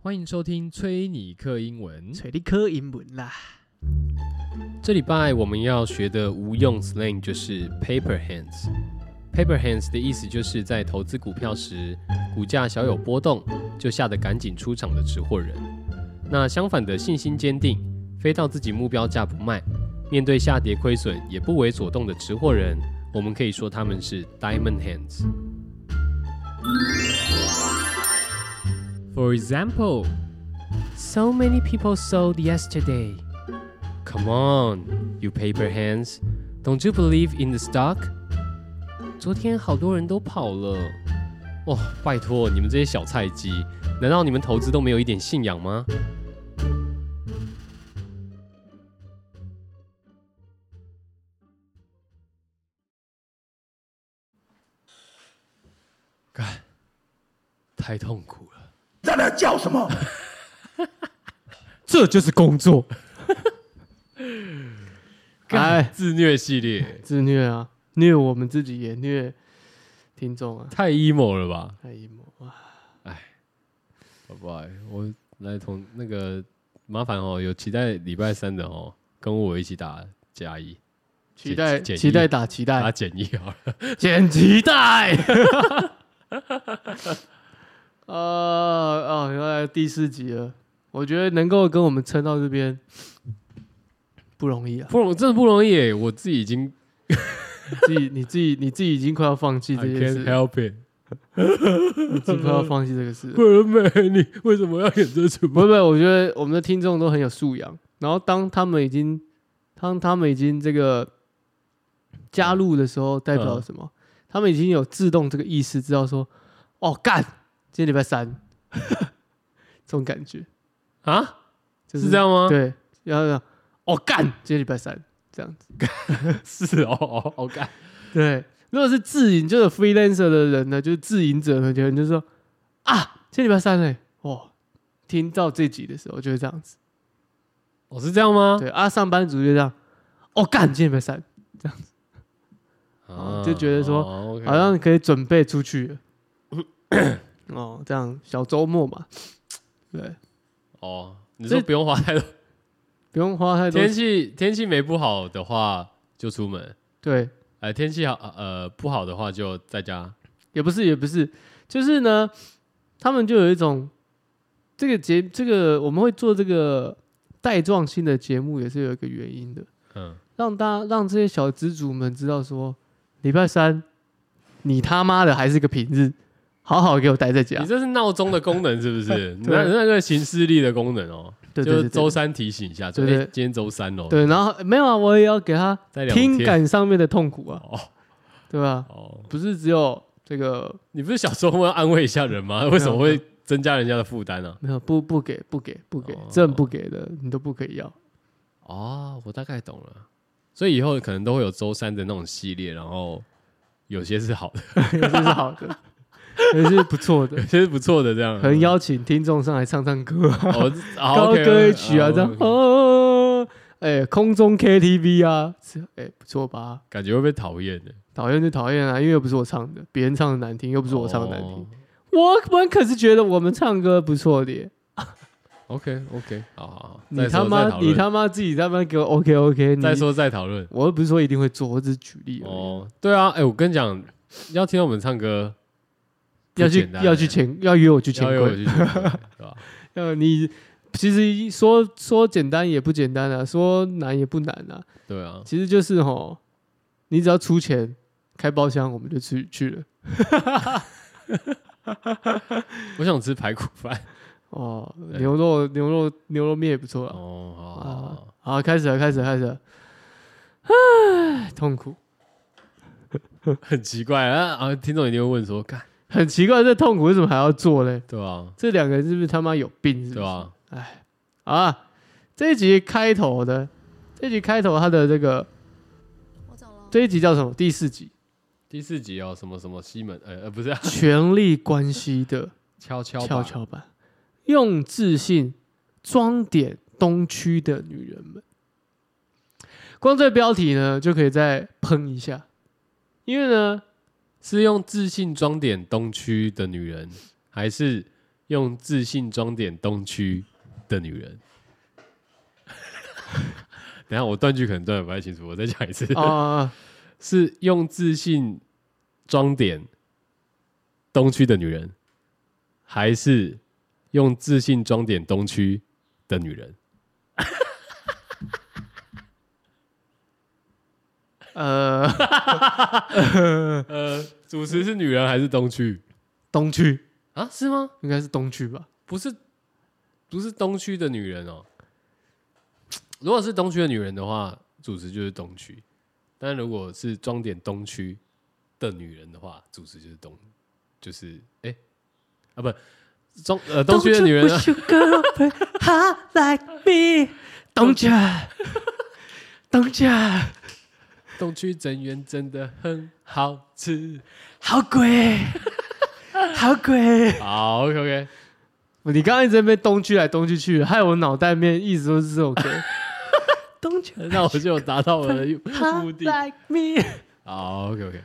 欢迎收听崔尼克英文。找你考英文啦。这礼拜我们要学的无用 slang 就是 paper hands。paper hands 的意思就是在投资股票时，股价小有波动，就吓得赶紧出场的持货人。那相反的，信心坚定，飞到自己目标价不卖，面对下跌亏损也不为所动的持货人，我们可以说他们是 diamond hands。For example, so many people sold yesterday. Come on, you paper hands. Don't you believe in the stock? 昨天好多人都跑了。哦，拜托你们这些小菜鸡，难道你们投资都没有一点信仰吗？干，太痛苦了。在那叫什么？这就是工 作，哎，自虐系列自虐啊，虐我们自己也虐听众啊，太 emo 了吧？太 emo 啊！拜拜，我来同那个麻烦哦，有期待礼拜三的哦，跟我一起打加一，期待剪期待打期打待减一好了。捡期待。 呃哦，原来第四集了，我觉得能够跟我们撑到这边不容易啊，不容，真的不容易耶，我自己已经你自己你自己你自己已经快要放弃 I 这 件 can't 事， help it。你自己快要放弃这个事了。不然美，你为什么要演这出？不不，我觉得我们的听众都很有素养。然后当他们已经，当他们已经这个加入的时候，代嗯表了什么？他们已经有自动这个意识，知道说，哦，干，今天礼拜三， 这种感觉， 啊？就是这样吗？，对，然后哦，干，今天礼拜三，这样子。是哦哦 哦，干，对，如果是自营，就是 freelancer 的人呢，就是自营者呢，就就说啊，今天礼拜三嘞，哇，听到这集的时候就是这样子。哦是这样吗？对啊，上班族就这样，哦，干，今天没删，啊就觉得说哦，OK 好像可以准备出去 了。哦，这样小周末嘛，对，哦，你说这不用花太多，不用花太多天。气天气没不好的话就出门，对，呃，天气好呃不好的话就在家。也不是，也不是，就是呢，他们就有一种这个节，这个我们会做这个带状性的节目，也是有一个原因的，嗯，让大家让这些小资主们知道说，礼拜三你他妈的还是个平日，好好给我待在家你。这是闹钟的功能是不是？ 对那那个行事历的功能哦，对对对就是对周三提醒一下，说对对哎今天周三哦。对，然后没有啊，我也要给他再聊听天感上面的痛苦啊，哦对吧？哦，不是只有这个你不是小时候会安慰一下人吗？为什么会增加人家的负担啊呢？没有不不给不给不给哦朕不给的，你都不可以 要。哦，我大概懂了。所以以后可能都会有周三的那种系列，然后有些是好的， 有些是好的，有些是不错的有，些是不错的，这样可能邀请听众上来唱唱歌啊，哦嗯好 高 OK，歌一曲啊，好这样 OK 哦，哎，空中 KTV 啊，是哎不错吧？感觉会被讨厌的，讨厌就讨厌啊，因为又不是我唱的，别人唱的难听，又不不是我唱的难哦听，。我们可是觉得我们唱歌不错的耶。 OK OK，好好好，你他妈，你他妈自己他妈给我 OK OK，你再说再讨论。我又不是说一定会做，我只是举例而已。哦，对啊，哎、我跟你讲，要听到我们唱歌，要不去简单欸要去钱，要约我去钱要约我柜，去钱柜，对吧？ 要你其实说说简单也不简单啊，说难也不难啊，对啊，其实就是吼，你只要出钱开包厢，我们就去去了。我想吃排骨饭。哦，对牛肉牛肉牛肉面也不错啊。 哦，好好好啊好，，好，开始了，开始了，开始了。唉，痛苦，很奇怪啊啊！听众一定会问说，干，很奇怪，这痛苦为什么还要做嘞？对啊，这两个人是不是他妈有病是不是？对啊，啊，这一集开头的，这一集开头它的这个我走了。这一集叫什么？第四集，第四集哦，什么什么西门，呃呃，不是、啊，权力关系的悄悄吧跷跷板，用自信装点东区的女人们。光这标题呢，就可以再喷一下，因为呢，是用自信装点东区的女人，还是用自信装点东区的女人。 等一下我断句可能断的不太清楚，我再讲一次，啊，是用自信装点东区的女人，还是用自信装点东区的女人？呃，呃，主持是女人还是东区东区啊？是吗？应该是东区吧？不是，不是东区的女人哦。如果是东区的女人的话，主持就是东区；但如果是装点东区的女人的话，主持就是东，就是哎、啊不，中呃东区的女人、啊， Don't you wish your girlfriend hot like me? Don't you? Don't you? 东区整圆真的很好吃。好鬼，好鬼！好，OK OK，你刚刚一直在那边东去来东去去，害我脑袋里面一直都是这首歌。东去那我就有达到我的目的。 like me。好，OK OK，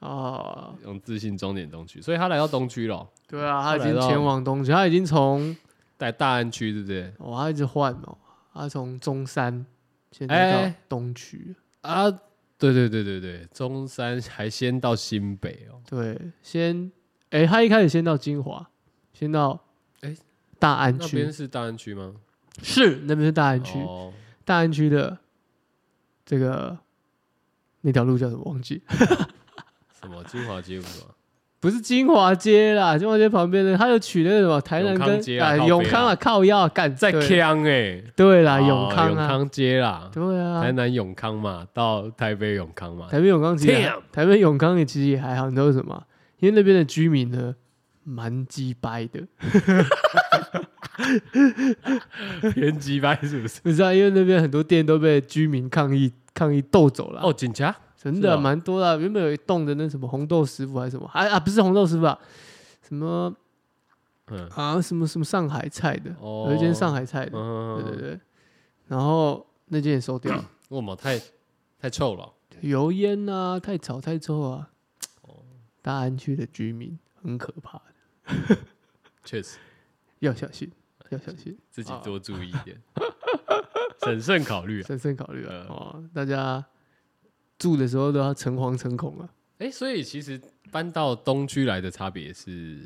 哦，用自信装点东区，所以他来到东区了，对啊，他已后经来到前往东去，他已经从在大安区对不对？哦，他一直换哦，他从中山现在到哎东区，啊，对对对对对，中山还先到新北哦，对，先哎，他一开始先到金华，先到哎大安那边区，是大安区吗？是那边是大安区，哦，大安区的这个那条路叫什么忘记了。 什么金华街不啊是吗？不是金华街啦，金华街旁边的，他有取那个什么台南永康跟街啊啊靠北啊永康啊靠腰啊干在对康哎，对啦哦永康永啊康街啦，对啊台南永康嘛，到台北永康嘛，台北永康其实还啊 Damn 台北永康也其实也还好，你知道为什么吗？因为那边的居民呢蛮鸡掰的，偏鸡掰是不是？你知道，因为那边很多店都被居民抗议抗议斗走了， 啊哦，警察真是的啊哦蛮多的。原本有一栋的那什么红豆师傅还是什么，啊啊不是红豆师傅啊，什么嗯，啊什么什么上海菜的，哦有一间上海菜的，对嗯，对对，然后那间也 收掉了。我嘛太太臭了，油烟啊，太吵太臭啊。哦大安区的居民很可怕的，确 实要小心，要小心，自己哦多注意一点，审慎考虑啊。 深深考虑啊呃！哦，大家住的时候都要诚惶诚 恐啊。哎、所以其实搬到东区来的差别是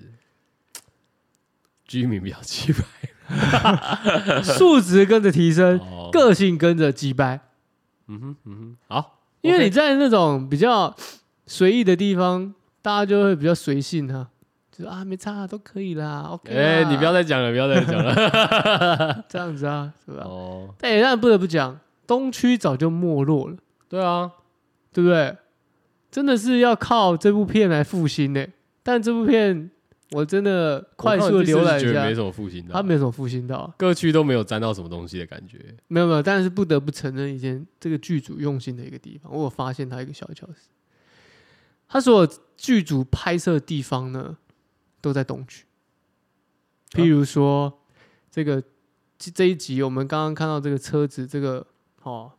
居民比较气 派素质跟着提升，哦，个性跟着击败。嗯哼嗯哼，好，因为 OK 你在那种比较随意的地方，大家就会比较随性啊，就说啊没差啊、都可以啦，OK 啦。哎、你不要再讲了，不要再讲 了。这样子啊，是吧？哦，但也让人不得不讲，东区早就没落了。对啊，对不对？真的是要靠这部片来复兴呢、但这部片我真的快速的浏览觉一得没下，什么复兴的啊，它没什么复兴到啊，各区都没有沾到什么东西的感觉。没有没有，但是不得不承认一件这个剧组用心的一个地方，我有发现它一个小巧思，它所有剧组拍摄地方呢都在东区，譬如说、这个这这一集我们刚刚看到这个车子，这个哦，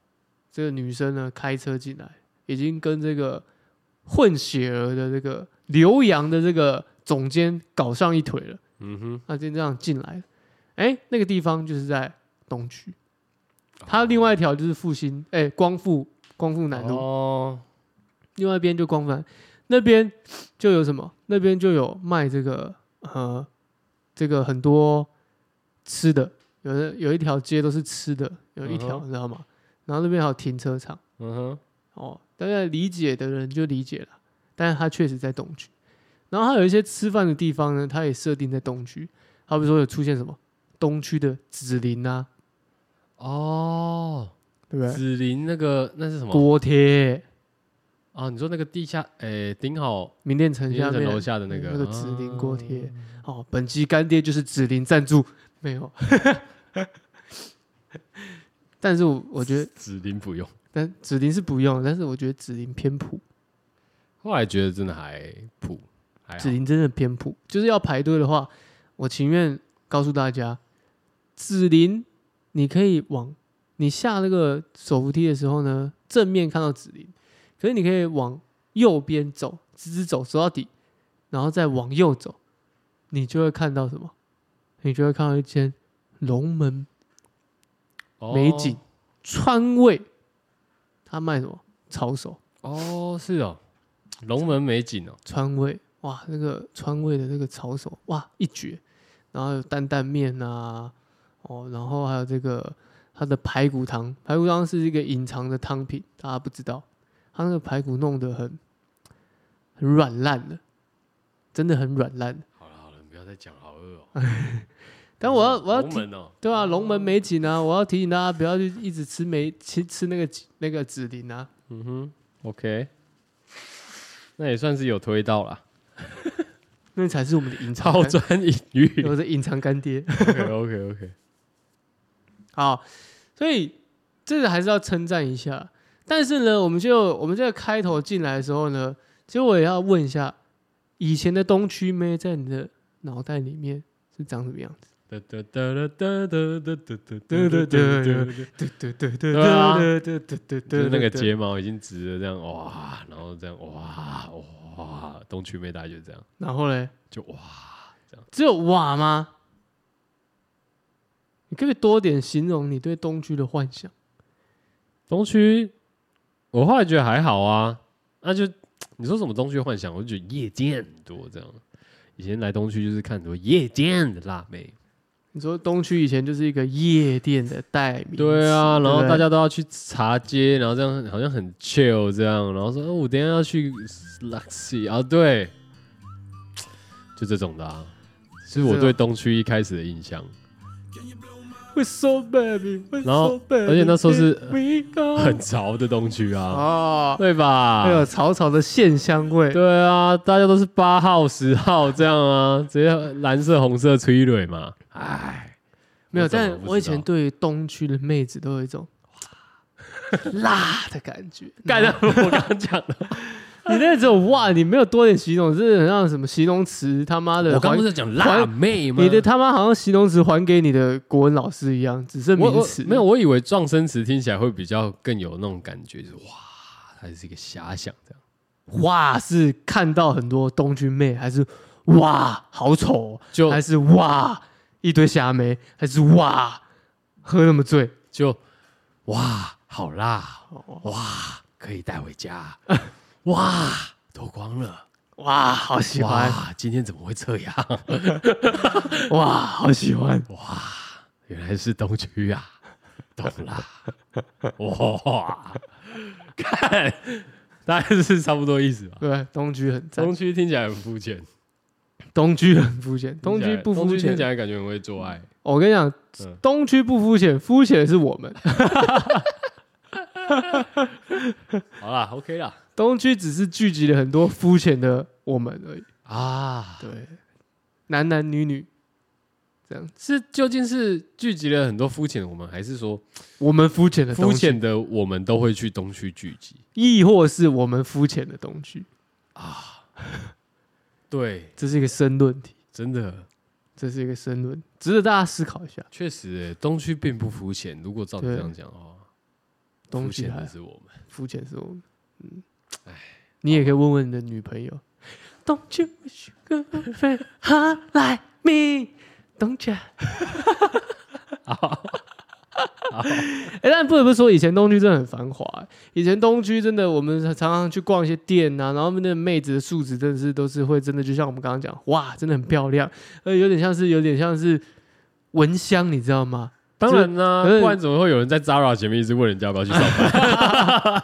这个女生呢开车进来，已经跟这个混血儿的这个刘洋的这个总监搞上一腿了，嗯哼，那就这样进来了，哎，那个地方就是在东区。哦它另外一条就是复兴，哎、光复光复南路，哦，另外一边就光复南，那边就有什么？那边就有卖这个呃，这个很多吃的，有的有一条街都是吃的，有一条、嗯哼你知道吗？然后那边还有停车场嗯哼，哦，大概理解的人就理解了，但是它确实在东区，然后它有一些吃饭的地方呢，它也设定在东区，好比说有出现什么东区的紫林啊，哦，对不对？紫林那个那是什么？锅贴。啊，你说那个地下，哎、顶好名店城林下城面楼下的那个那个紫林锅贴啊。哦，本期干爹就是紫林赞助，没有。 但是我我觉得，紫林不用。但紫林是不用，但是我觉得紫林偏普，后来觉得真的还普，还好紫林真的偏普，就是要排队的话，我情愿告诉大家，紫林你可以往你下那个手扶梯的时候呢，正面看到紫林，可是你可以往右边走，直直走走到底，然后再往右走，你就会看到什么你就会看到一间龙门哦美景川味，他卖什么抄手哦，是哦，龙门美景哦，川味，哇，那个川味的那个抄手，哇，一绝。然后有担担面啊，哦，然后还有这个它的排骨汤，排骨汤是一个隐藏的汤品，大家不知道，它那个排骨弄得很很软烂的，真的很软烂。好了好了，你不要再讲，好饿哦。但我要我要龙提门哦，对啊，龙门美景啊，我要提醒大家不要去一直吃梅吃吃那个那个紫菱啊，嗯哼，OK，那也算是有推到啦，那才是我们的隐藏抛干，砖引玉。我的隐藏干爹。 OK OK OK，好，所以这个还是要称赞一下。但是呢，我们就我们这个开头进来的时候呢，其实我也要问一下，以前的东区妹在你的脑袋里面是长什么样子？哒哒哒哒哒哒哒哒对对对对对，对对对对对啊对对对对就是那个睫毛已经直了，这样哇，然后这样哇哇，东区妹大概就这样，然后嘞，就哇，只有哇吗？你可不可以多点形容你对东区的幻想？东区，我后来觉得还好啊，那就你说什么东区幻想，我就觉得夜店很多这样。以前来东区就是看很多夜店的辣妹，你说东区以前就是一个夜店的代名词，对啊，然后对不对大家都要去茶街，然后这样好像很 chill 这样，然后说，哦，我等一下要去 Luxy 啊，对，就这种的、啊，是我对东区一开始的印象。 We're so baby，然后而且那时候是很很潮的东区啊，哦，对吧会？有草草的线香 味，对啊，大家都是八号、十号这样啊，直接蓝色、红色催泪嘛。哎，没有。我怎么但不我以知道前对于东区的妹子都有一 种哇辣的感觉。干然掉后我刚刚讲 的，你那只有哇，你没有多点形容，是很像什么形容词他妈的我刚还不是讲辣妹吗？你的他妈好像形容词还给你的国文老师一样，只剩我名我词。没有，，我以为撞声词听起来会比较更有那种感觉，就是哇，它是一个遐想这样。哇是看到很多东区妹，还是哇好丑哦，就还是哇一堆虾妹，还是哇喝那么醉。就哇，好辣，哇，可以带回家，哇，脱光了，哇，好喜欢！哇，今天怎么会这样？哇，好喜欢！原来是东区啊， 懂啦， 哇， 看，大概是差不多意思吧。对，东居很赞东，区听起来很肤浅，东居很肤浅，东听起居来不东肤区听浅起。来感觉很会做爱。哦我跟你讲嗯，东区不肤浅，肤浅的是我们。好啦，OK 啦，东区只是聚集了很多肤浅的我们而已。啊，对，男男女女，这样是究竟是聚集了很多肤浅的我们，还是说我们肤浅的东肤区，浅的我们都会去东区聚集？亦或是我们肤浅的东区，对，这是一个深论题，真的，这是一个深论，值得大家思考一下。确实欸、东区并不肤浅。如果照你对这样讲的话，东肤区浅还的好是我们。肤浅是我们，嗯，你也可以问问你的女朋友，Don't you wish you could be hot like me? Don't you？哎、但不得不说，以前东区真的很繁华、欸以前东区真的，我们常常去逛一些店啊呐、然后他们的妹子的素质真的是都是会真的，就像我们刚刚讲，哇，真的很漂亮，而且有点像是有点像是蚊香，你知道吗？当然啦、可是不然怎么会有人在 Zara 前面一直问人家要不要去上班？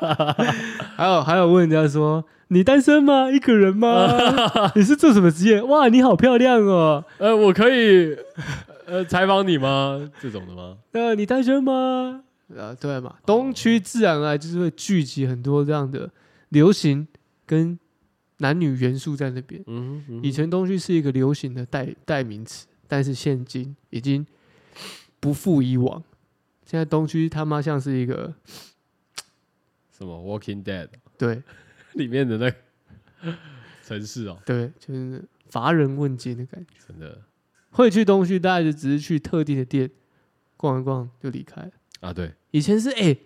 还有还有问人家说你单身吗？一个人 吗？你是做什么职业？哇，你好漂亮哦！呃，我可以呃采访你吗？这种的吗？那你单身吗？呃，对嘛，东区自然而然就是会聚集很多这样的流行跟男女元素在那边。嗯哼，嗯哼以前东区是一个流行的代代名词，但是现今已经不复以往。现在东区他妈像是一个什么 Walking Dead 对里面的那个城市哦，对，就是乏人问津的感觉。真的会去东区，大概就只是去特定的店逛一逛就离开了。啊，对以前是哎、欸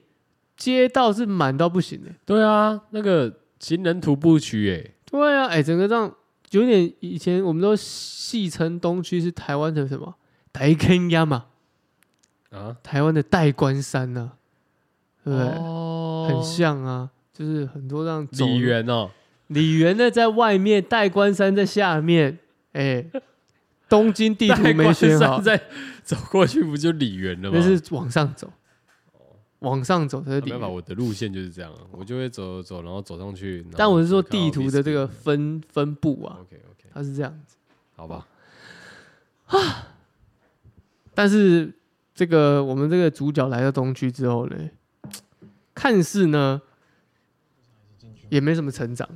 街道是满到不行的、对啊，那个行人徒步区哎、对啊啊，哎、整个这样有点以前我们都戏称东区是台湾的什么台根亚嘛，啊，台湾的代官山呐、对不对？哦很像啊，就是很多让走李元哦，李元呢在外面，代官山在下面，哎、东京地图没选好，再走过去不就李元了吗？啊那是往上走，往上走才是哦没李办法，元。我的路线就是这样啊，我就会走走，然后走上去。然后但我是说就看到地图的这个 Biscuit 分分布啊， OK OK，它是这样子。好吧，但是这个我们这个主角来到东区之后呢，看似呢也没什么成长，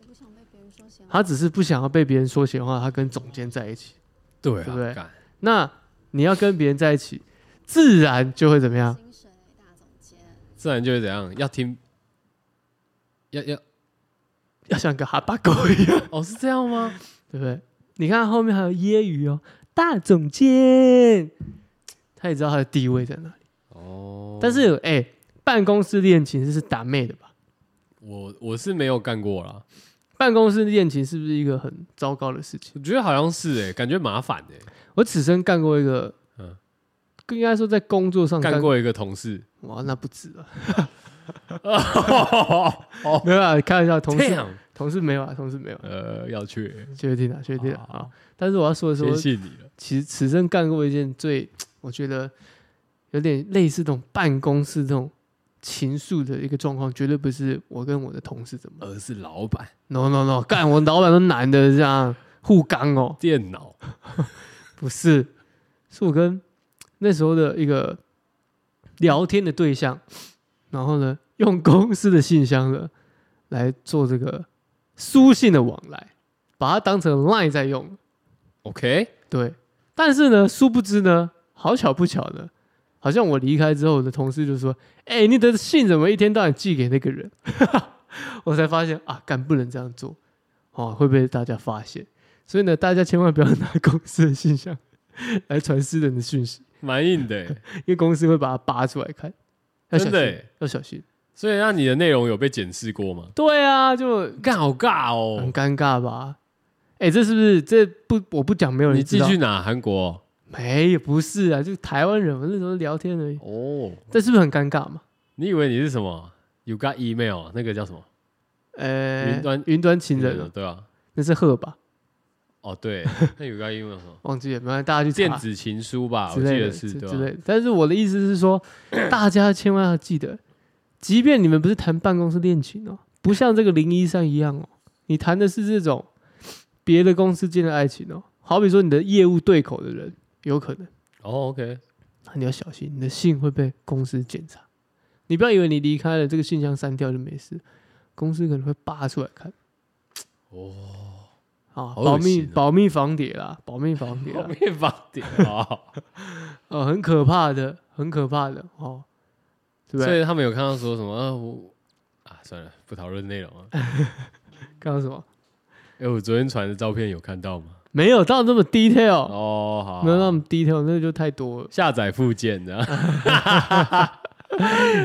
我不想被别人说闲话。他只是不想要被别人说闲话，他跟总监在一起。对对不对啊，干那你要跟别人在一起，自然就会怎么样？精神伟大总监，自然就会怎样，要听，要要要像个哈巴狗一样，哦，是这样吗？对不对？你看后面还有揶揄哦，大总监，他也知道他的地位在哪里。哦，但是哎、办公室恋情是打妹的吧？我我是没有干过啦，办公室恋情是不是一个很糟糕的事情？我觉得好像是哎，感觉麻烦哎，我此生干过一个，嗯嗯，应该说在工作上干，过一个同事，哇，那不止 啊。没有啊，开玩笑，同这事样同事没有啊，同事没有、啊，呃要去，确定啊，确定啊好好啊。但是我要说的是，我谢谢你了，其实此生干过一件最，我觉得有点类似这种办公室这种情愫的一个状况，绝对不是我跟我的同事怎么而是老板，no no no，干我老板都男的这样互刚哦，电脑不是，是我跟那时候的一个聊天的对象，然后呢用公司的信箱呢来做这个书信的往来，把它当成 line 在用， ，OK，对，但是呢，殊不知呢，好巧不巧呢，好像我离开之后，我的同事就说：“哎、你的信怎么一天到晚寄给那个人？” 我才发现啊，干不能这样做，哦，会被大家发现。所以呢，大家千万不要拿公司的信箱来传私人的讯息，蛮硬的欸，因为公司会把它扒出来看，要小真的心欸，要小心。所以那你的内容有被检视过吗？对啊，就干好尬哦很，尴尬吧？哎、这是不是这不我不讲没有人你知寄道？去哪？韩国哦没有，不是啊，就台湾人，我那时候聊天而已。哦，这是不是很尴尬嘛？你以为你是什么？You got email 啊那个叫什么？呃，云端云端情人、啊，对啊，那是鹤吧？哦 对，那 You got email 是什么？忘记了，没有大家去查电子情书吧，之我记类的得是之对啊之吧？类的。但是我的意思 是说，大家千万要记得，即便你们不是谈办公室恋情哦，不像这个零一三一样哦，你谈的是这种别的公司间的爱情哦。好比说你的业务对口的人，有可能，哦，OK，那你要小心，你的信会被公司检查。你不要以为你离开了这个信箱删掉就没事，公司可能会扒出来看。哦，啊，好恶保密、心哦保密防谍啦，保密防谍后啦，面放点 啊，呃，很可怕的，很可怕的哦，对不所对？以他们有看到说什么？啊我啊，算了，不讨论内容了。刚刚什么？哎，我昨天传的照片有看到吗？没有到这么 detail，哦，好，没有那么 detail，那就太多了。下载附件 的，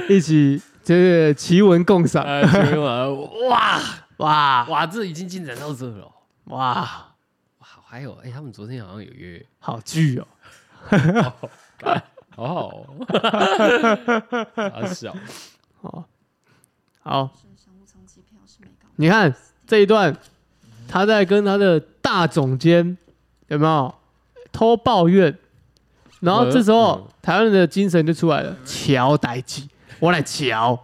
一起这个奇闻共赏，啊，请问啊哇哇哇，这已经进展到这了哦。哇，哇，还有，哎，他们昨天好像有约，好剧哦！好好 哦， 好小，哦，好，是商务舱机票是没搞。你看这一段，他在跟他的大总监有没有偷抱怨？然后这时候、嗯台湾人的精神就出来了，瞧代志，我来瞧，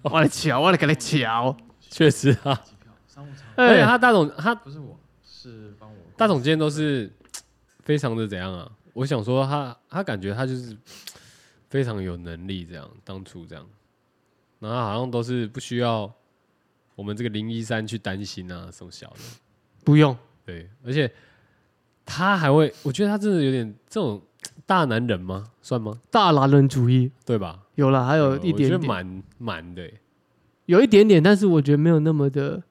我来瞧，我来给你瞧。确实啊。商务舱而哎、且他大总他不是我，是帮我大总监都是非常的怎样啊？我想说他他感觉他就是非常有能力这样，当初这样，然后他好像都是不需要我们这个零一三去担心啊什么小的，不用，对，而且他还会，我觉得他真的有点这种大男人吗？算吗？大男人主义对吧？呃有了，还有一哎我觉得点点，蛮蛮的欸、有一点点，但是我觉得没有那么的，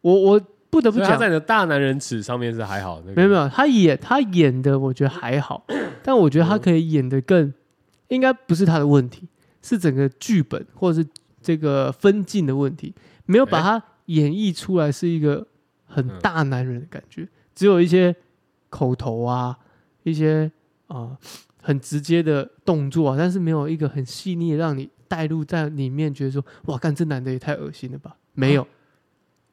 我我不得不所以他讲，在你的大男人尺上面是还好，那个没有没有，他演他演的我觉得还好，但我觉得他可以演的更，应该不是他的问题，是整个剧本或者是这个分镜的问题，没有把哎他演绎出来是一个很嗯大男人的感觉，只有一些口头啊，一些啊、呃很直接的动作啊，但是没有一个很细腻，让你带入在里面，觉得说哇，干这男的也太恶心了吧？没有，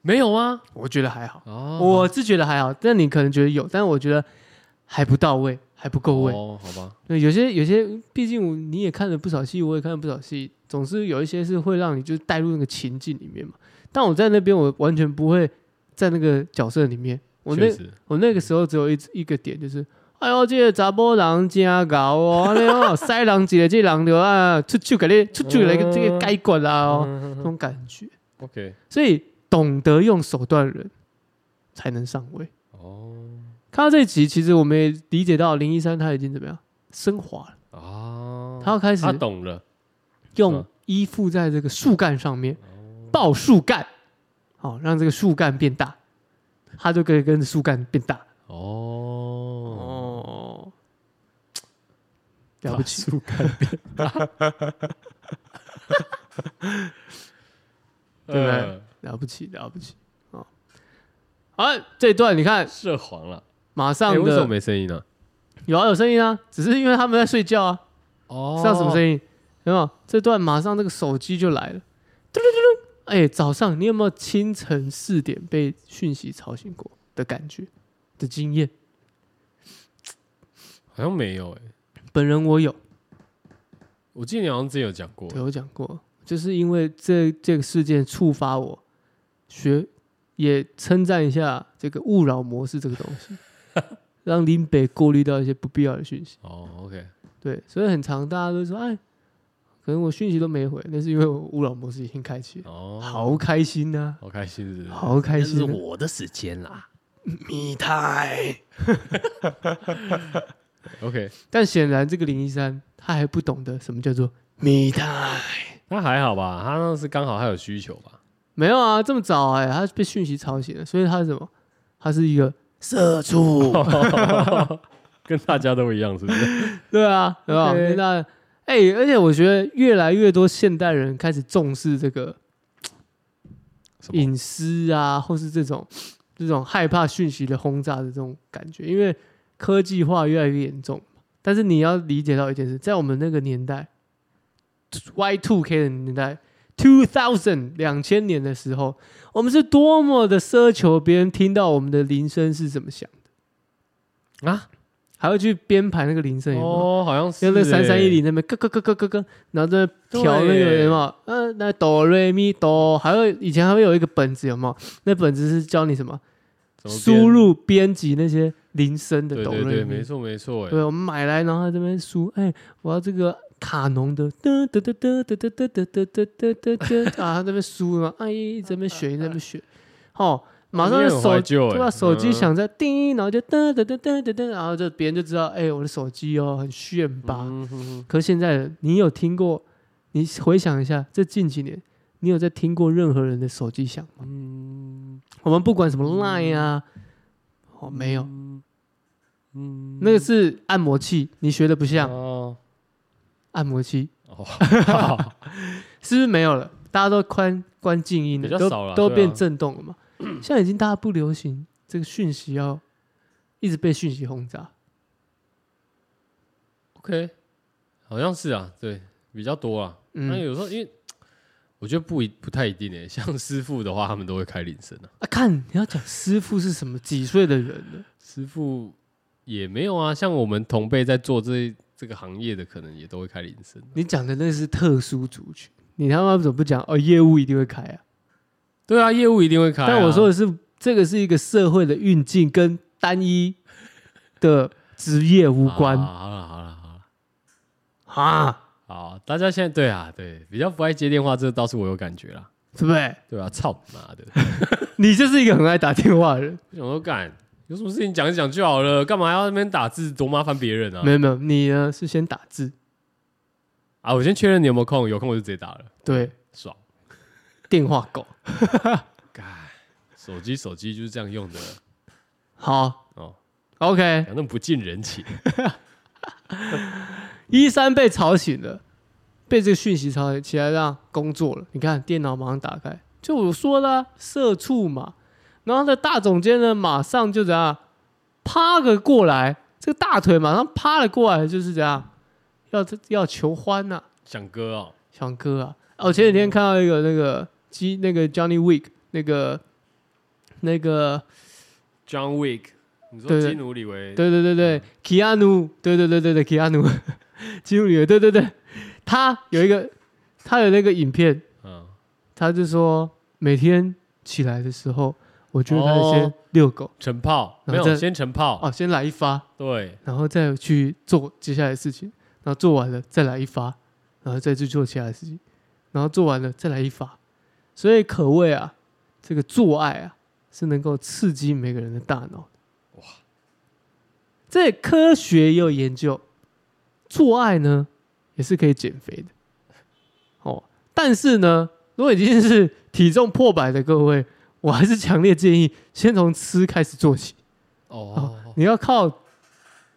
没有吗？我觉得还好，哦，我是觉得还好，但你可能觉得有，但我觉得还不到位，还不够位。哦，好吧，对，有些有些，毕竟我你也看了不少戏，我也看了不少戏，总是有一些是会让你就是带入那个情境里面嘛。但我在那边，我完全不会在那个角色里面。我确那实，我那个时候只有一一个点，就是哎呦，这个查某人真搞 哦，哎呦，塞人一个，这人就啊，出手给你，出手给嗯你，这个解决啦哦，那种感觉。 OK，所以懂得用手段的人才能上位。哦看到这一集，其实我们也理解到林一山他已经怎么样升华了。啊，他要开始他懂了，用嗯依附在这个树干上面，哦抱树干，好、让这个树干变大，它就可以跟着树干变大。哦，哦，了不起，把树干变大，对不对呃 了不起，了不起哦！好，这一段你看，呃涉黄了，马哎上为什的、么没声音呢？有啊，有声音啊，只是因为他们在睡觉啊，哦知道什么声音？有没有？这段马上这个手机就来了，嘟嘟嘟嘟！哎，早上你有没有清晨四点被讯息吵醒过的感觉的经验？好像没有哎，本人我有，我记得你好像之前有讲过，对我讲过，就是因为这这个事件触发我学，也称赞一下这个勿扰模式这个东西， 让林北过滤到一些不必要的讯息。哦，OK，对，所以很长，大家都说，哎，可能我讯息都没回，那是因为我勿扰模式已经开启了，哦，好开心啊呐、好开心，嗯是不是？好开心、啊！我的时间啦。米太， OK，但显然这个林一山他还不懂得什么叫做米太。那还好吧，他那是刚好他有需求吧？没有啊，这么早哎、他被讯息吵醒了，所以他是什么？他是一个社畜，跟大家都一样，是不是？对啊，对吧？ OK 那哎、而且我觉得越来越多现代人开始重视这个 什么？隐私啊，或是这种 这种害怕讯息的轰炸的这种感觉，因为科技化越来越严重。但是你要理解到一件事，在我们那个年代，Y two K 的年代，two thousand 两千年的时候，我们是多么的奢求别人听到我们的铃声是怎么响的啊，还会去编排那个铃声有没有？哦，好像是用欸那三三一零那边咯咯咯咯咯咯，然后在对调那个有没有？呃，那哆瑞咪哆，还有以前还会有一个本子有没有？那本子是教你什么？怎么编输入编辑那些铃声的对哆对瑞对，没咪。错没错，哎，对，我啊们买来，然后在这边输，哎，我要这个卡农的，嘚嘚嘚嘚嘚嘚嘚嘚嘚嘚嘚嘚，啊，他这边输了，哎，这边选，这边选，哦，马上你也就很手怀旧欸对吧？啊手机嗯响在叮，然后就噔噔噔噔噔噔，然后就别人就知道，哎、我的手机哦很炫吧。嗯哼哼可是现在人你有听过？你回想一下，这近几年你有在听过任何人的手机响吗？嗯，我们不管什么 Line 啊，哦没有，嗯，嗯那个是按摩器，你学的不像 哦按摩器，哦，是不是没有了？大家都关关静音了，比较都少了都对啊变震动了嘛。 现在已经大家不流行这个讯息要一直被讯息轰炸， OK，好像是啊，对，比较多啊。嗯那有时候因为我觉得不一不太一定诶，欸 像师傅的话，他们都会开铃声啊。啊！看你要讲师傅是什么几岁的人了，师傅也没有啊，像我们同辈在做这这个行业的，可能也都会开铃声。你讲的那是特殊族群，你他妈怎么不讲？哦，业务一定会开啊！对啊，业务一定会开啊、但我说的是，这个是一个社会的运境跟单一的职业无关啊好了好了好了，啊，好，大家现在对啊对，比较不爱接电话，这倒是我有感觉啦。对不对？对啊，操你妈的！你就是一个很爱打电话的人。我想说干，有什么事情讲一讲就好了，干嘛要在那边打字，多麻烦别人啊没？有没有，你呢是先打字，啊，我先确认你有没有空，有空我就直接打了，对，爽。电话狗。干，手机手机就是这样用的好哦， ，OK，反正不近人情。一三被吵醒了，被这个讯息吵醒，起来让工作了。你看电脑马上打开，就我说了、社畜嘛。然后呢，大总监呢马上就怎样趴个过来，这个大腿马上趴了过来，就是这样，要要求欢呐、想哥哦，翔哥啊！哦，我前几天看到一个那个基那个 Johnny Wick 那个那个 John Wick，你说对基努里维对对对对，Keanu，对对对对对，Keanu，基 努里维，对对对，他有一个他有那个影片，嗯，他就说每天起来的时候，我就开始先哦遛狗，晨炮没然后有再先晨炮，哦，先来一发，对，然后再去做接下来的事情，然后做完了再来一发，然后再去做其他的事情，然后做完了再来一发，所以可谓啊，这个做爱啊是能够刺激每个人的大脑。哇，这科学也有研究，做爱呢也是可以减肥的哦，但是呢，如果已经是体重破百的各位，我还是强烈建议先从吃开始做起。哦，你要靠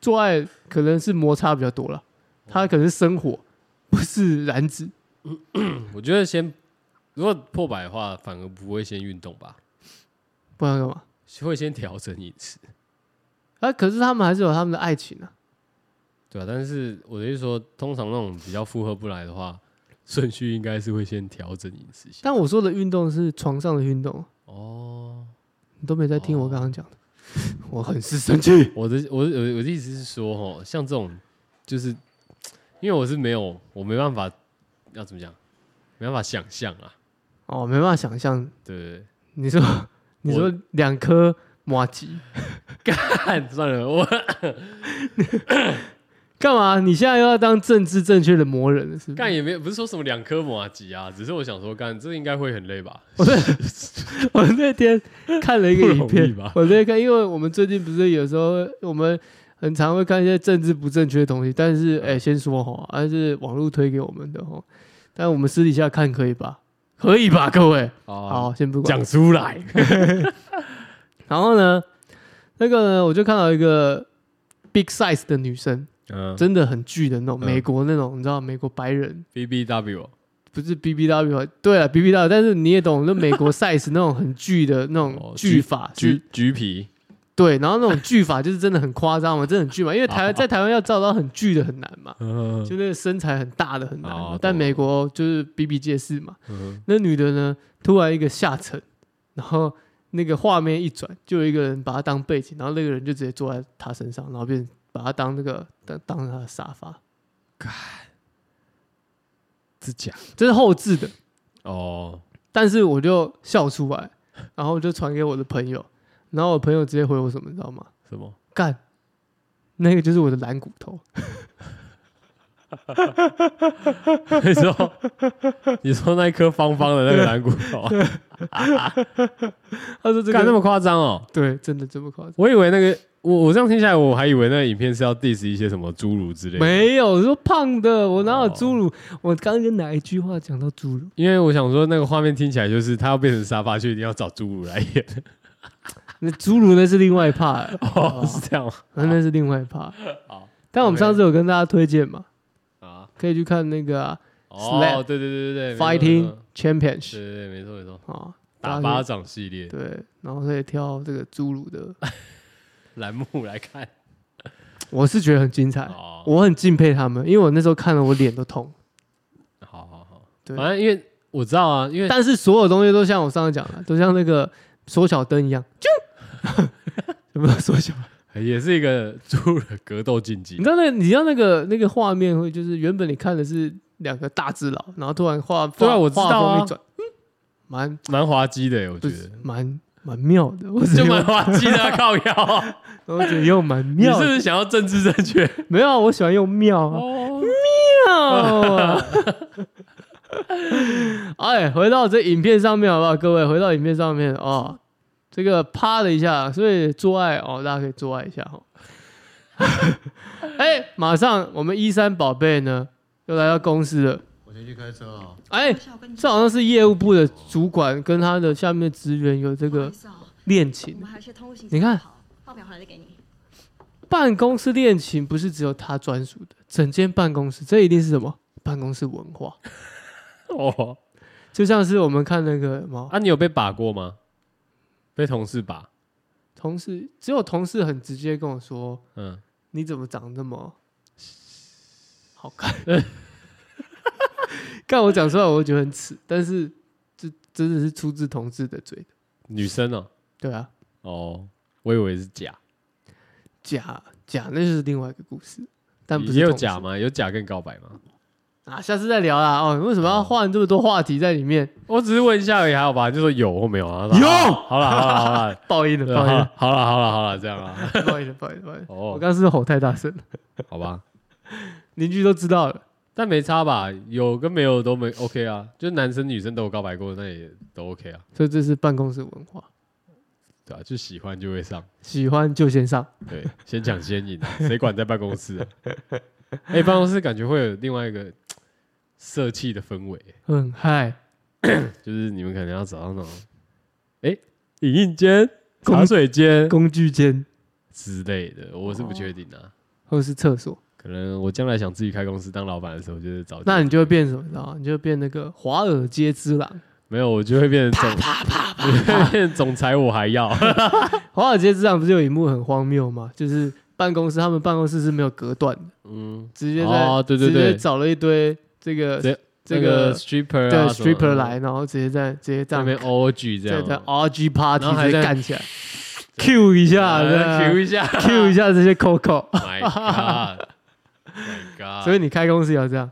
做爱，可能是摩擦比较多了，它可能是生火，不是燃脂。嗯我觉得先如果破百的话，反而不会先运动吧，不然干嘛？会先调整饮食，啊，可是他们还是有他们的爱情啊。对啊，但是我的意思说，通常那种比较负荷不来的话，顺序应该是会先调整饮食先。但我说的运动是床上的运动，哦，你都没在听哦我刚刚讲的，我很是生气。我的我的我的意思是说，哦，像这种就是因为我是没有，我没办法要怎么讲，没办法想象啊，哦，没办法想象，对不对？ 你 说你说两颗麻吉看算了，我干嘛？你现在又要当政治正确的魔人了，是不干是？也没有不是说什么两颗马吉啊，只是我想说干这应该会很累吧？ 我那天看了一个影 不容易片吧，我那天看，因为我们最近不是有时候我们很常会看一些政治不正确的东西，但嗯是哎、先说哈，还、是网络推给我们的哈，但我们私底下看可以吧？可 以吧，各位？哦，好，先不管讲。出来，然后呢，那个呢，我就看到一个 big size 的女生，嗯真的很巨的那种，嗯美国那种，你知道美国白人。 ，B B W，不是 B B W，啊对了 B B W，但是你也懂，那美 国 size 那种很巨的那哦种巨巨法，橘橘皮，对，然后那种巨法就是真的很夸张嘛，真的很巨嘛，因为台 好湾在台湾要照到很巨的很难嘛，嗯就那个身材很大的很难嘛哦但懂美国就是比比皆是嘛。嗯那女的呢，突然一个下沉，然后那个画面一转，就有一个人把她当背景，然后那个人就直接坐在她身上，然后变成把她当那个当当她的沙发，指甲这是后置的，哦，但是我就笑出来，然后我就传给我的朋友，然后我朋友直接回我什么，你知道吗？什么？ 干，那个就是我的蓝骨头。你说 你说那一颗方方的那个蓝骨头啊，他说这个干那么夸张哦？对，真的这么夸张？我以为那个我我这样听下来，我还以为那个影片是要 diss 一些什么侏儒之类的，没有，我说胖的，我哪有哦侏儒？我刚刚跟哪一句话讲到侏儒？因为我想说那个画面听起来就是他要变成沙发，就一定要找侏儒来演， 那侏儒那是另外一趴、欸，哦，是这样吗那那是另外一趴。好，但我们 OK 上次有跟大家推荐嘛，啊？可以去看那个、啊哦， Slap 对对对对对 Fighting 没错没错 Championship 对对对，没错没错，啊，打巴掌系列对，然后可以挑这个侏儒的，栏目来看我是觉得很精彩，哦，我很敬佩他们，因为我那时候看了我脸都痛。好好好，对反正因为我知道啊，因为但是所有东西都像我上次讲的，都像那个缩小灯一样，啾， 有没有缩小？也是一个侏儒的格斗竞技你知，道那你知道那个那个画面会就是原本你看的是两个大只佬，然后突然画对啊画我知道啊画风一转，嗯，蛮蛮滑稽的耶，我不觉是得。蛮蛮妙的，我只就蛮能用，滑稽的啊、靠腰啊、 我只能用蛮你是妙不的，是想要政治正 确？没有啊，我喜欢用妙啊哦，妙啊。 哎，回到这影片上面好不好？各位，回到影片上面哦，这个啪的一下，所以做爱哦，大家可以做爱一下哈、哦。 哎，马上我们一三宝贝呢又来到公司了，我先去开车啊。哎不。是我跟你这好像是业务部的主管跟他的下面的职员有这不好个意思啊哦，恋我情，们还是通行。你看，报表回来再给 你。办公室恋情不是只有他专属的，整间办公室这一定是什么办公室文化， 哦，就像是我们看那个什么啊，你有被把过吗？被同事把？同事只有同事很直接跟我说嗯，：“你怎么长那么好看？” 干我讲出来我会觉得很耻，但是这真的是出自同事的嘴的女生哦，对啊，哦，我以为是假，假假那就是另外一个故事，但不是也有同事假吗？有假跟告白吗？啊，下次再聊啦。哦，为什么要换这么多话题在里面？我只是问一下而已，还好吧？就说有或没有啊？然后有好了，好了，好 了，报应了，对报好应了了，，好了，好了，好了，这样啊？报应了，报应了，报应了。我 哦，刚刚是不是吼太大声了，好吧，邻居都知道了。但没差吧？有跟没有都没 OK 啊，就男生女生都有告白过，那也都 OK 啊，所以这是办公室文化，对吧、啊就喜欢就会上，喜欢就先上。对，先抢先赢啊，谁管在办公室 啊？哎、办公室感觉会有另外一个色气的氛围，啊嗯，嗨，就是你们可能要找到那种，哎、影印 间、工茶水间 工具间之类的，我是不确定哦啊。或是厕所，可能我将来想自己开公司当老板的时候，就是找那你就会变什么？你知道吗？你就会变那个华尔街之狼。没有，我就会变成总， 我会变成总裁，我还 要华尔街之狼不是有一幕很荒谬吗？就是办公室，他们办公室是没有隔断的，嗯，直接在、哦对对直对接找了一堆这个直接这这个个 stripper 对啊什么 stripper 来，然后直接在直接这在那样边 orgy 这在在样啊 RG 然后 party 还直在接干 起来，Q 一下啊，Q 啊对一下 Oh 啊，Q 一下这些 Coco。 ，My God，My God，所以你开公司也要这样，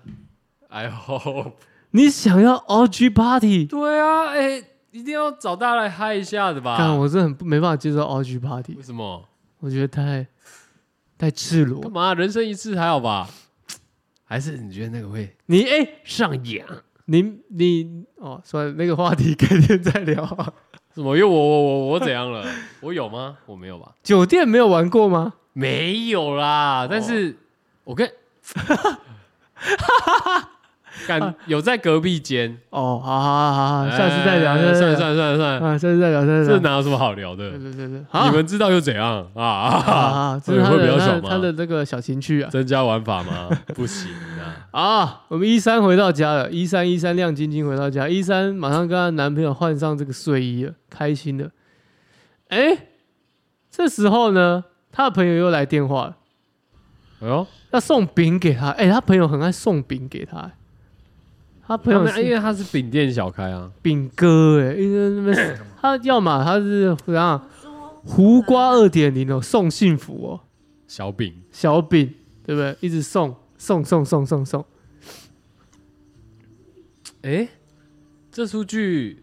I hope，你想要 RG party，对啊，哎，一定要找大家来嗨一下的看吧？我真的很不没办法接受 RG party，为什么？我觉得太太赤裸干。嘛？人生一次还好吧？还是你觉得那个会你哎、上啊扬？你你哦，算了，那个话题改天再聊、啊 什么？又我我我我怎样了？ 我有吗？我没有吧？哦酒店没有玩过吗？没有啦，但是我 跟，感有在隔壁间，哦，好好好好，下次再聊，哎下次再算了算了聊算了算了，啊，下次再聊，下次再这聊。哪有什么好聊的对？对对对，你好们知道又怎样啊啊啊？啊，这会是他会比的较他爽的吗他的那个小情趣啊增加玩法吗？不行啊！啊！我们一三回到家了，一三一三亮晶晶回到家，一三马上跟她男朋友换上这个睡衣了，开心的。哎，这时候呢，她的朋友又来电话了， 哎呦，要送饼给她。哎，她朋友很爱送饼给她，哎她朋他友们是因为他是饼店小开啊，饼哥哎、一直在那边嗯 他要么他是怎样说胡瓜二点零哦，送幸福哦，小饼小饼对不对？一直送送送送送送，哎，这出剧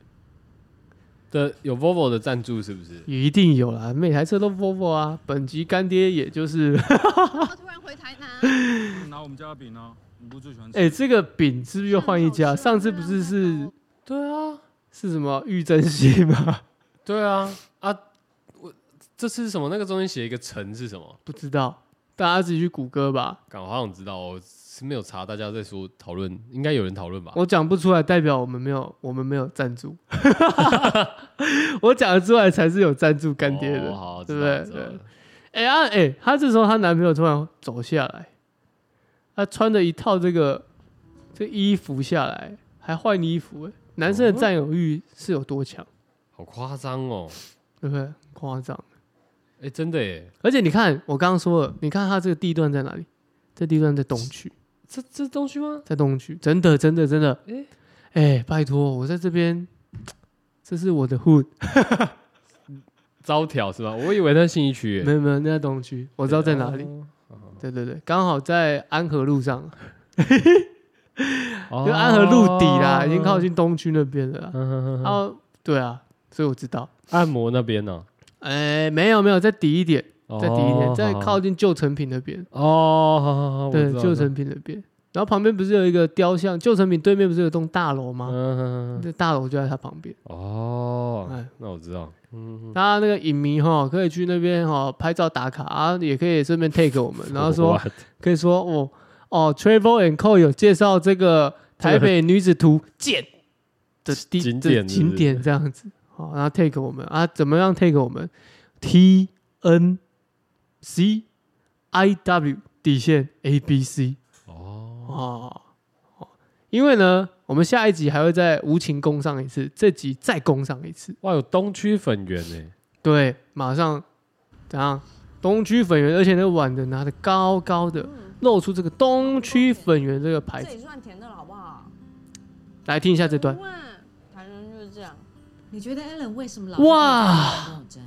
的有 Volvo 的赞助是不是？也一定有啦，每台车都 Volvo 啊。本集干爹也就是 哦他突然回台南，嗯拿我们家的饼呢？你不是最喜欢吃？哎、这个饼是不 是又换一啊家？上次不是哦是对啊，是什么玉珍惜吗？ 对啊啊！我这次是什么？那个中间写一个城是什么？不知道，大家自己去谷歌吧。感好想知道、哦，是没有查，大家在说讨论，应该有人讨论吧？我讲不出来，代表我们没有我们没有赞助， 我讲得出来才是有赞助干爹的。哦好，对知不道对了知道了对哎、啊哎、她这时候她男朋友突然走下来，她穿着一套这个这衣服下来，还换衣服、哎，男生的占有欲是有多强，好夸张哦！对不对？很夸张。哎、真的耶，而且你看，我刚刚说了，你看她这个地段在哪里？这地段在东区，这这东西吗？在东区，真的真的真的。哎哎、拜托，我在这边，这是我的 hood，招条是吧？我以为它是信义区耶，没有没有，那在东区，我知道在哪里。哦对对对，刚好在安和路上，哦就安和路底啦，已经靠近东区那边了啦。嗯哼哼哼哦，对啊，所以我知道。按摩那边呢、哎，没有没有，再低一点，哦再低一点，再好靠近旧成品那边。哦，好好好，我对知，道旧，成品那边。然后旁边不是有一个雕像？旧成品对面不是有栋大楼嗯吗？哼哼哼那大楼就在它旁边。哦哎，那我知道，嗯，大家那个影迷哈，可以去那边哈拍照打卡啊，也可以顺便 take 我们，然后说 What？可以说哦哦，Travel and Co 有介绍这个台北女 子图鉴的地景的点是不景是点这样子，好，然后 take 我们啊，怎么样 take 我们？T N C I W 底线 A B C 哦，哦，哦因为呢，我们下一集还会再无情攻上一次，这集再攻上一次，欸哇，有东区粉圆呢，对，马上怎样？东区粉圆，而且那碗的拿的高高的，露出这个东区粉圆这个牌这子。也算甜的了，好不好？来听一下这段，哇，台人就是这样，你觉得 Allen 为什么老哇跟我争？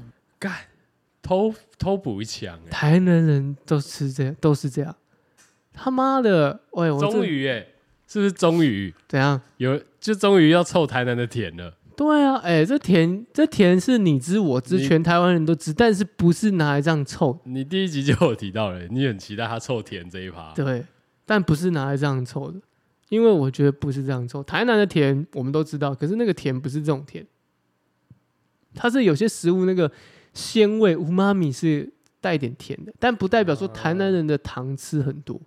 偷偷补强哎，台南人都吃这样，都是这样。他妈的，喂，我这终于哎，是不是终于怎样？有就终于要凑台南的甜了？对啊，哎、这甜这甜是你知我知，你全台湾人都知，但是不是拿来这样凑？你第一集就有提到了，你很期待他凑甜这一趴。对，但不是拿来这样凑的，因为我觉得不是这样凑。台南的甜我们都知道，可是那个甜不是这种甜，它是有些食物那个鲜味，乌妈米是带点甜的，但不代表说台南人的糖吃很多，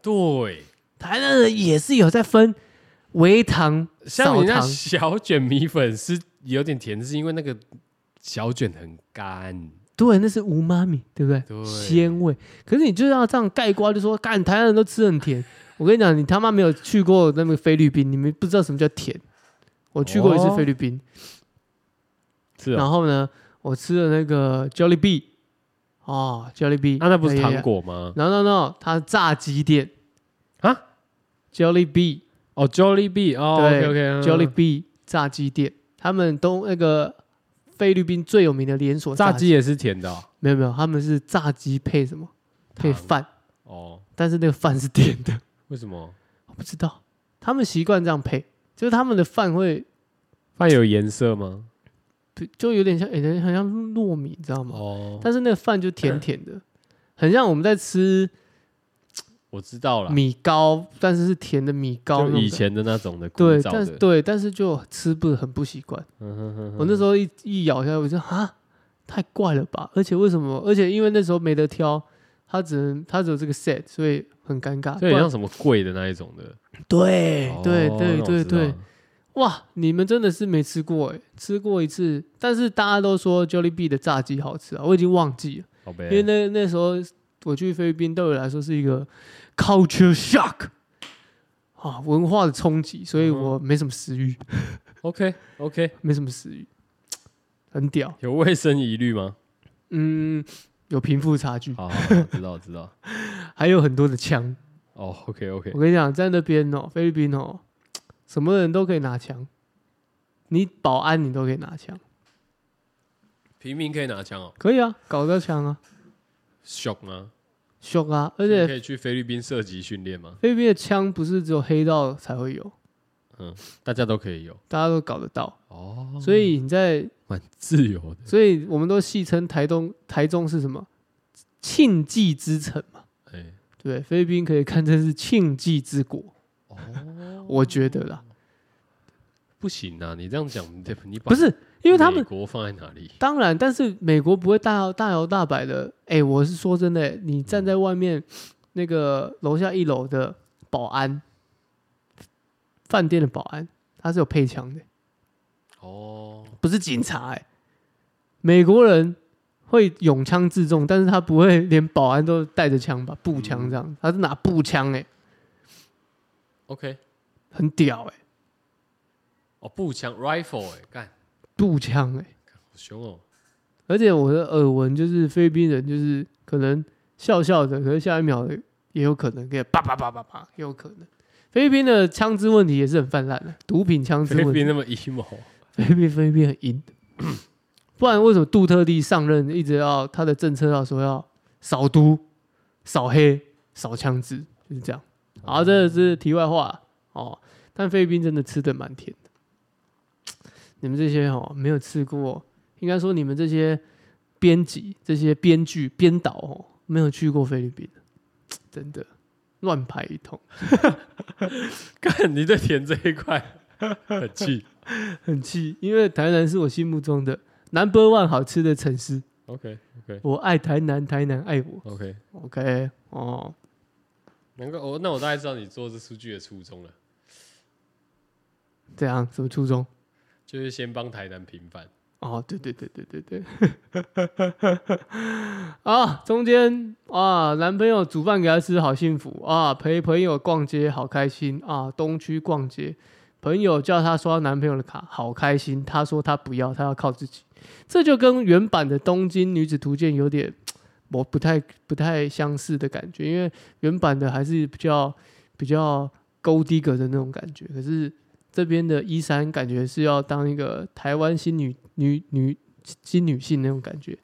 对，台南人也是有在分微糖、像少你那糖。小卷米粉是有点甜，是因为那个小卷很干。对，那是无妈咪，对不对？对鲜味。可是你就要这样盖瓜，就说干台湾人都吃很甜。我跟你讲，你他妈没有去过那个菲律宾，你们不知道什么叫甜。我去过一次哦菲律宾，是然啊，后呢，我吃了那个 Jollibee，哦，Jollibee，啊那那不是哎呀糖果吗？ ？No No No，它是炸鸡店啊，Jollibee 哦，Jollibee 哦对，OK OK Jollibee 炸鸡店，他们都那个菲律宾最有名的连锁炸鸡鸡，也是甜的哦没有没有，他们是炸鸡配什么？配糖饭，哦，但是那个饭是甜的， 为什么？我不知道，他们习惯这样配，就是他们的饭会饭有颜色吗？就有点像，欸很像糯米，你知道吗？哦，但是那个饭就甜甜的，很像我们在吃我知道了，米糕，但是是甜的米糕那就种以的。前的那种的古对，早但是的。对，但是就吃不很不习惯。嗯哼哼哼我那时候一一咬下来，我就啊，太怪了吧！而且为什么？而且因为那时候没得挑，它只能它只有这个 set，所以很尴尬。就很不然像什么贵的那一种的。对哎对哦对那我对知道对，哇，你们真的是没吃过哎、吃过一次，但是大家都说 Jollibee 的炸鸡好吃啊，我已经忘记了，好呗。因为那那时候我去菲律宾，对我来说是一个 culture shock 啊，文化的冲击，所以嗯哼我没什么食欲， OK OK，没什么食欲，很屌，有卫生疑虑 吗？嗯，有贫富差距，好，好好知道知道。还有很多的枪，哦，OK OK，我跟你讲，在那边哦，菲律宾哦，什么人都可以拿枪，你保安你都可以拿枪，平民可以拿枪哦，可以啊，搞到枪啊。凶吗？凶啊！而你且可以去菲律宾射击训练吗？菲律宾的枪不是只有黑道才会有，大家都可以有大家都搞得到，哦，所以你在，蛮自由的。所以我们都戏称台东台中是什么庆忌之城嘛，哎，对不对？菲律宾可以堪称是庆忌之国，哦，我觉得啦，不行啊，你这样讲，你得你把不是因为他美们国放在哪里？当然，但是美国不会大摇大摇大摆的，哎、我是说真的、你站在外面那个楼下一楼的保安，饭店的保安，他是有配枪的。哦，不是警察、欸，美国人会拥枪自重，但是他不会连保安都带着枪吧，步枪这样，他是拿步枪，哎， OK，很屌、欸，哎，哦，步枪 rifle，哎、干，步枪，哎，好凶哦，而且我的耳闻就是菲律宾人就是可能笑笑的，可是下一秒也有可能给叭叭叭叭叭，也有可能。菲律宾的枪支问题也是很泛滥的，毒品枪支菲律问宾题，那么 emo， 菲律宾菲律宾很阴， 不然为什么杜特地上任一直要他的政策要说要少毒、少黑、少枪支，就是这样。好，这是题外话哦。但菲律宾真的吃的蛮甜的，你们这些哦没有吃过，应该说你们这些编辑、这些编剧、编导哦没有去过菲律宾，真的乱排一通，干，你对甜这一块很气很气。因为台南是我心目中的 number one 好吃的城市， ，OK 我爱台南，台南爱我。 OK， OK，哦，能够，我哦那我大概知道你做这数据的初衷了，这样什么初衷？就是先帮台南平反，哦，对对对对对对， 啊，中间啊，男朋友煮饭给她吃，好幸福啊！陪朋友逛街，好开心啊！东区逛街，朋友叫她刷男朋友的卡，好开心。她说她不要，她要靠自己。这就跟原版的《东京女子图鉴》有点我不太不太相似的感觉，因为原版的还是比较比较勾低格的那种感觉，可是这边的一三感觉是要当一个台湾新女女女新女性那种感觉，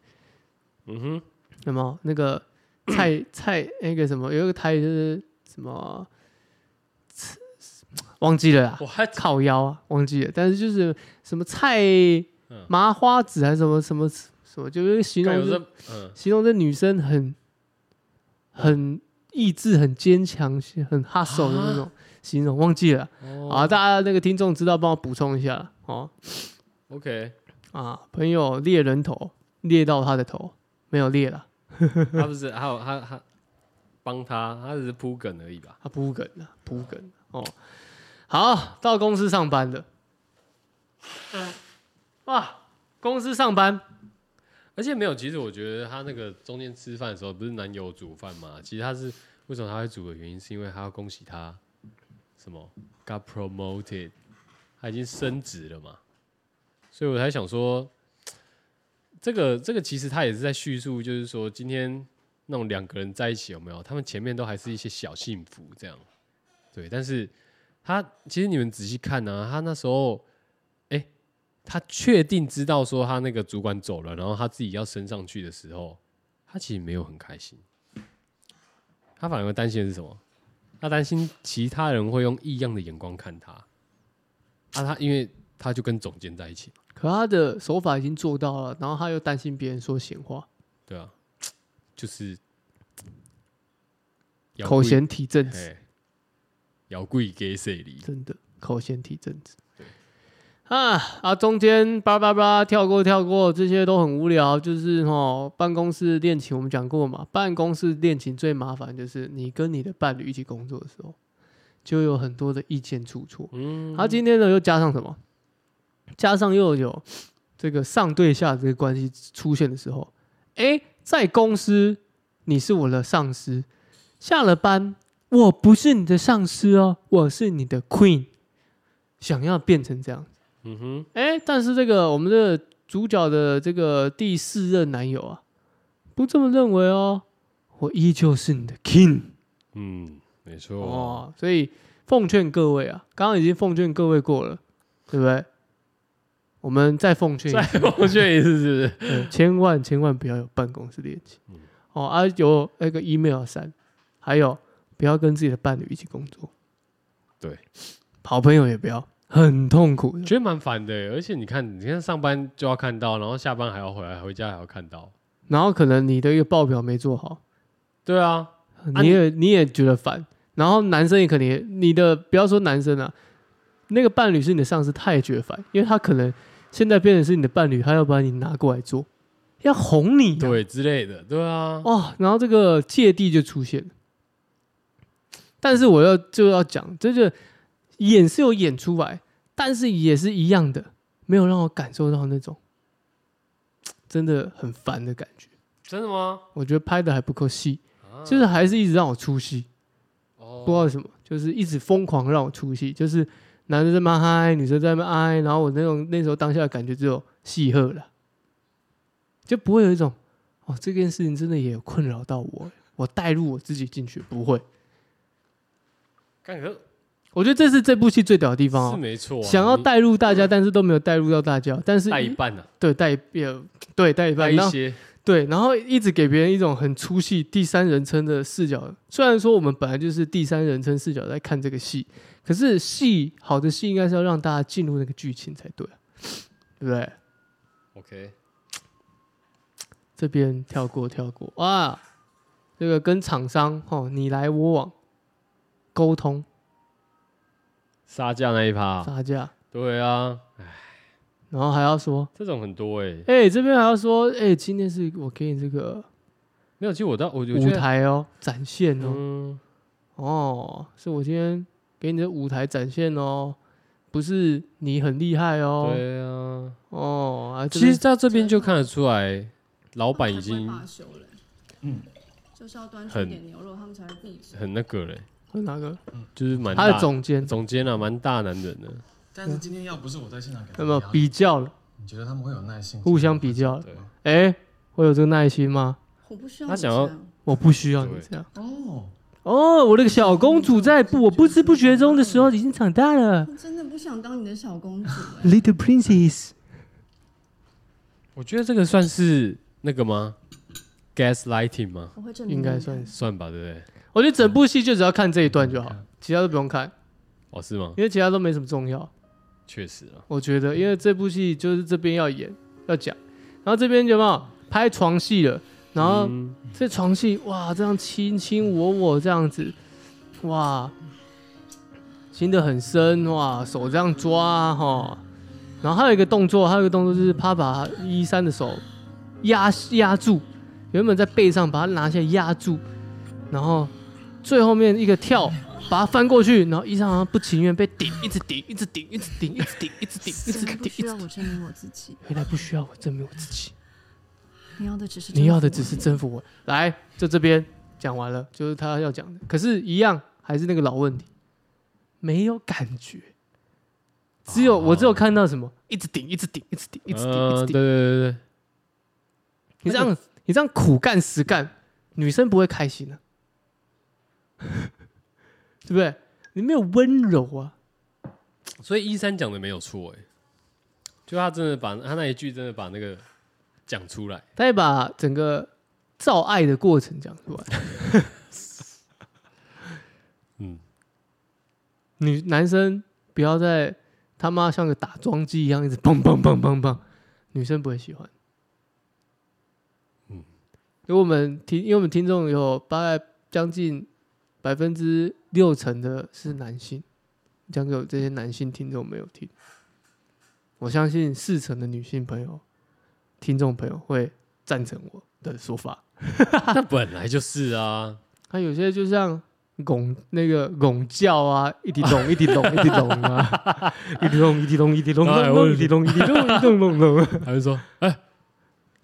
嗯哼，有没有？那个蔡 蔡那个什么，有一个台语就是什么， 忘记了啦。我还靠腰啊，忘记了，但是就是什么菜麻花籽还是什么什么什么，就是形容有这这，嗯，形容这女生很很意志很坚强、很 hustle 的那种形容，忘记了啊！大家那个听众知道，帮我补充一下哦。 OK，啊，朋友猎人头猎到他的头，没有猎了，他不是，还有他他帮他，他只是铺梗而已吧？他铺梗了，铺梗了哦。好，到公司上班了，哇，公司上班而且没有，其实我觉得他那个中间吃饭的时候，不是男友煮饭嘛？其实他是为什么他会煮的原因，是因为他要恭喜他什么 got promoted，他已经升职了嘛。所以我才想说，这个这个其实他也是在叙述，就是说今天那种两个人在一起有没有？他们前面都还是一些小幸福这样，对。但是他其实你们仔细看呢、他那时候。他确定知道说他那个主管走了，然后他自己要升上去的时候，他其实没有很开心。他反而担心的是什么？他担心其他人会用异样的眼光看他。啊，他因为他就跟总监在一起嘛，可他的手法已经做到了，然后他又担心别人说闲话，对啊，就是摇口柜，嫌体正直，哎，摇柜给谁离？真的口嫌体正直。啊啊！中间叭叭叭跳过跳过，这些都很无聊。就是哦，办公室恋情我们讲过嘛，办公室恋情最麻烦就是你跟你的伴侣一起工作的时候，就有很多的意见出错。啊嗯，他今天呢又加上什么？加上又有这个上对下这个关系出现的时候，诶，在公司你是我的上司，下了班我不是你的上司哦，我是你的 queen。想要变成这样，嗯哼，诶，但是这个我们的主角的这个第四任男友啊，不这么认为哦，我依旧是你的 king。嗯，没错，哦，所以奉劝各位啊，刚刚已经奉劝各位过了，对不对？我们再奉劝一再次，我觉得也是，是不是？对 千万千万不要有办公室恋情。嗯哦啊，有那个 email 删，还有不要跟自己的伴侣一起工作。对，好朋友也不要，很痛苦的。觉得蛮烦的欸，而且你看，你看上班就要看到，然后下班还要回来，回家还要看到。然后可能你的一个报表没做好，对啊，啊你也你也觉得烦，然后男生也可能也你的不要说男生啊，那个伴侣是你的上司，他也觉得烦，因为他可能现在变成是你的伴侣，他要把你拿过来做，要哄你、啊，对之类的，对啊，哦，然后这个芥蒂就出现了。但是我要就要讲，这就演是有演出来，但是也是一样的，没有让我感受到那种真的很烦的感觉。真的吗？我觉得拍的还不够细，啊就是还是一直让我出戏。不知道哦，为什么，就是一直疯狂让我出戏，就是男生在那边嗨，女生在那边嗨，然后我那种那时候当下的感觉只有戏喝了，就不会有一种哦这件事情真的也有困扰到我，我带入我自己进去，不会。干可是我觉得这是这部戏最屌的地方、是哦，没错啊，想要你带入大家，但是都没有带入到大家，但是带一半啊，对带一也对带一带半，一然后些，对，然后一直给别人一种很出戏第三人称的视角。虽然说我们本来就是第三人称视角在看这个戏，可是戏好的戏应该是要让大家进入那个剧情才对、啊，对不对？ OK，这边跳过跳过啊，这个跟厂商哦你来我往沟通杀价那一趴，打架，对啊，然后还要说，这种很多哎，哎、这边还要说，哎、今天是我给你这个没有，其实我到我我舞觉得，台哦，展现哦。嗯，哦，是我今天给你的舞台展现哦，不是你很厉害哦，对啊，哦，啊，这其边实到这边就看得出来，老板他已们才不经会罢休了，嗯，就是要端出很点牛肉，他们才会闭嘴。很那个了欸，是哪个？就是蛮他的大总监，总监啊，蛮大男人的。但是今天要不是我在现场给他那们么压力比较了，你觉得他们会有耐心？互相比较对。哎，会有这个耐心吗？我不需要他你想这要样。我不需要你对这样。哦，哦，我那个小公主在不我不知不觉中的时候已经长大了我真的不想当你的小公主、 哎，Little Princess。我觉得这个算是那个吗？Gaslighting 吗？我会证明应该你算是。算吧，对不对？我觉得整部戏就只要看这一段就好，其他都不用看，哦，是吗？因为其他都没什么重要。确实啊，我觉得，因为这部戏就是这边要演要讲，然后这边有没有拍床戏了？然后嗯这床戏哇，这样亲亲我我这样子，哇，亲的很深哇，手这样抓哈。然后还有一个动作，还有一个动作就是他把一三的手压压住，原本在背上把它拿下来压住，然后最后面一个跳把它翻过去，然后一三好像不情愿被顶，一直顶，一直顶，一直顶，一直顶，一直顶，一直真的顶，不一直需要顶。我证明我自己，原来不需要我证明我自己。你要的只是啊你要的只征服是征服我。来，就这边讲完了，就是他要讲的。可是，一样还是那个老问题，没有感觉。只有、我只有看到什么，一直顶，一直顶，一直顶，一直顶，一直嗯对对顶。对对，你这样，你这样苦干实干，女生不会开心的、对不对？你没有温柔啊，所以一三讲的没有错哎，就他真的把他那一句真的把那个讲出来，他也把整个造爱的过程讲出来。嗯，女男生不要再他妈像个打桩机一样一直砰砰砰砰砰，女生不会喜欢。嗯嗯，因为我们听，因为我们听众有大概将近百分之六成的是男性，将有这些男性听众没有听。我相信四成的女性朋友、听众朋友会赞成我的说法。那本来就是啊，他有些就像拱那个拱叫啊，一滴隆一滴隆一滴隆啊，一滴隆一滴隆一滴隆哎隆我隆一滴隆一滴隆一滴隆隆隆，还是说哎，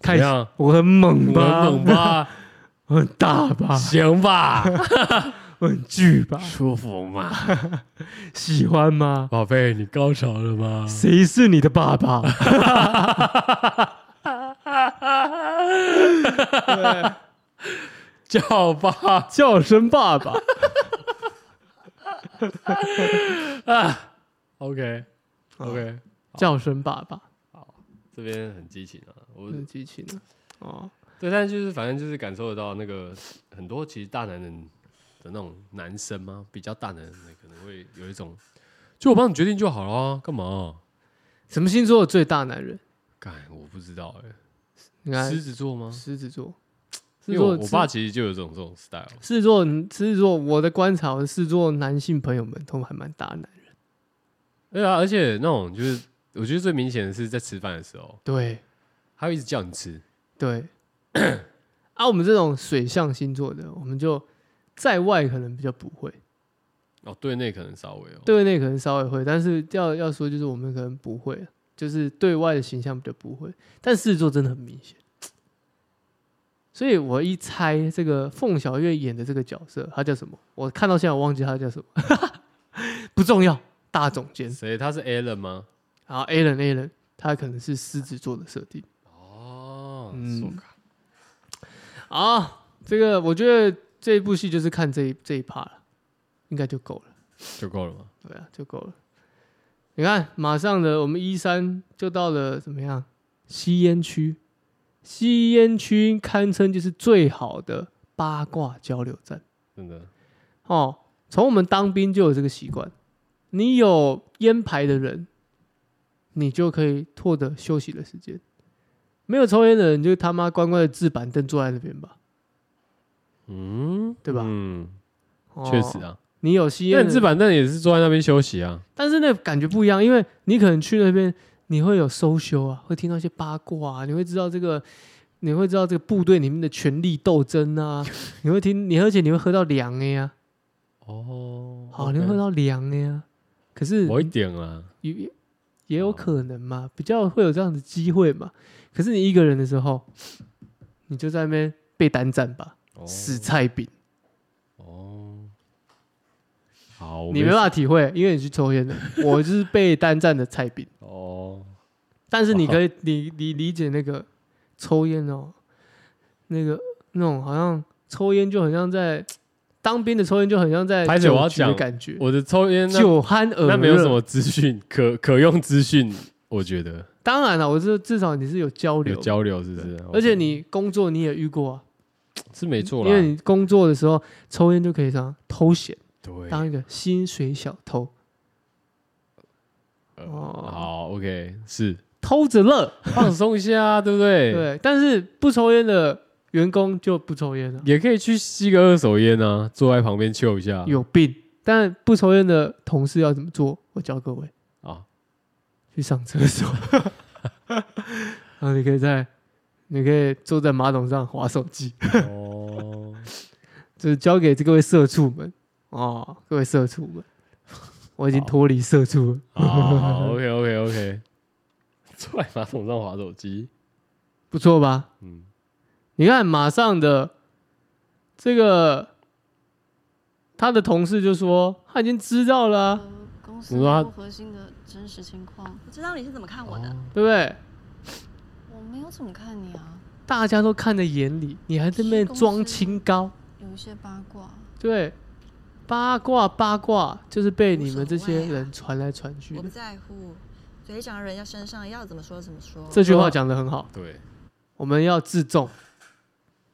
开怎始样？ 我很猛我吧，猛，吧，我很大吧，行吧，我很巨吧，舒服嘛，喜欢吗？宝贝，你高潮了吗？谁是你的爸爸？叫吧， 叫声爸爸。 OK OK，叫声爸爸，这边很激情啊，我是激情的哦。对，但就是反正就是感受得到那个很多其实大男人的那种男生嘛，比较大男人的可能会有一种，就我帮你决定就好了啊，干嘛啊、什么星座的最大男人？干，我不知道你哎、看狮子座吗？狮子座，狮因为子座我我爸其实就有这种这种 style，狮子座，嗯狮子座，我的观察，我的狮子座男性朋友们都还蛮大男人。对啊，而且那种就是我觉得最明显的是在吃饭的时候，对他会一直叫你吃，对，啊，我们这种水象星座的，我们就在外可能比较不会，哦，对内可能稍微哦，对内可能稍微会，但是要要说就是我们可能不会，就是对外的形象比较不会，但狮子座真的很明显。所以我一猜这个凤小岳演的这个角色，他叫什么？我看到现在我忘记他叫什么， 不重要。大总监，谁？他是 Alan 吗？然后 Alan Alan，他可能是狮子座的设定。哦，嗯嗯，啊，这个我觉得这一部戏就是看这一这一趴了，应该就够了。就够了吗？对啊，就够了。你看，马上的我们一三就到了怎么样？吸烟区，吸烟区堪称就是最好的八卦交流站真的，哦。从我们当兵就有这个习惯，你有烟牌的人，你就可以获得休息的时间；没有抽烟的人，你就他妈乖乖的置板凳坐在那边吧，嗯，对吧？嗯，哦确实啊，你有吸那烟你的置板凳也是坐在那边休息啊。但是那感觉不一样，因为你可能去那边，你会有搜修啊，会听到一些八卦啊，你会知道这个，你会知道这个部队里面的权力斗争 啊，你会听，你而且你会喝到凉的呀、哦，好，你会喝到凉的呀、可是某一点啊，也也有可能哦嘛，比较会有这样的机会嘛。可是你一个人的时候，你就在那边被单战吧，哦死菜饼。哦，好，我你没办法体会，因为你去抽烟的，我就是被单站的菜饼。哦，但是你可以，你你理解那个抽烟哦，那个那种好像抽烟就很像在当兵的抽烟就很像在拍手我要酒局的讲感觉，我的抽烟那酒酣耳那没有热什么资讯 可可用资讯，我觉得当然了，我是至少你是有交流有的，交流是不是？而且你工作你也遇过啊，是没错因为啦，你工作的时候抽烟就可以当偷闲，对，当一个薪水小偷，呃哦好，OK，是 偷着乐。放松一下，啊对不对？，对，但是不抽烟的员工就不抽烟了，也可以去吸个二手烟啊，坐在旁边嗅一下。有病。但不抽烟的同事要怎么做？我教各位啊，去上厕所， 然后你可以在，你可以坐在马桶上划手机，哦， 就是交给各位社畜们哦，各位社畜们，我已经好脱离社畜了。好，OK OK OK，坐在马桶上滑手机，不错吧？嗯，你看，马上的这个他的同事就说他已经知道了啊、呃公司你说他内部核心的真实情况，我知道你是怎么看我的，哦对不对？我没有怎么看你啊，大家都看在眼里，你还在那边装清高，有一些八卦，对不对？八卦八卦就是被你们这无些所谓啊人传来传去我的不。在乎，嘴长在人家身上，要怎么说怎么啊说。这句话讲得很好，对，我们要自重，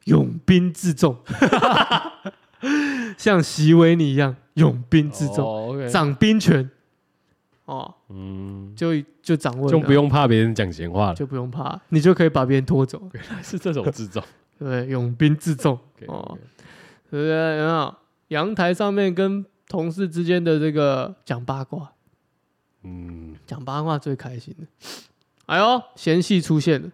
勇兵自 重，像席维尼一样勇兵自重，哦，OK，掌兵权，哦，嗯，就就掌握了，就不用怕别人讲闲话了，就不用怕，你就可以把别人拖走，对 是这种自 重。不对？勇兵自重，哦 OK，OK 对不对？然后阳台上面跟同事之间的这个讲八卦，嗯，讲八卦最开心的。哎呦，嫌隙出现了，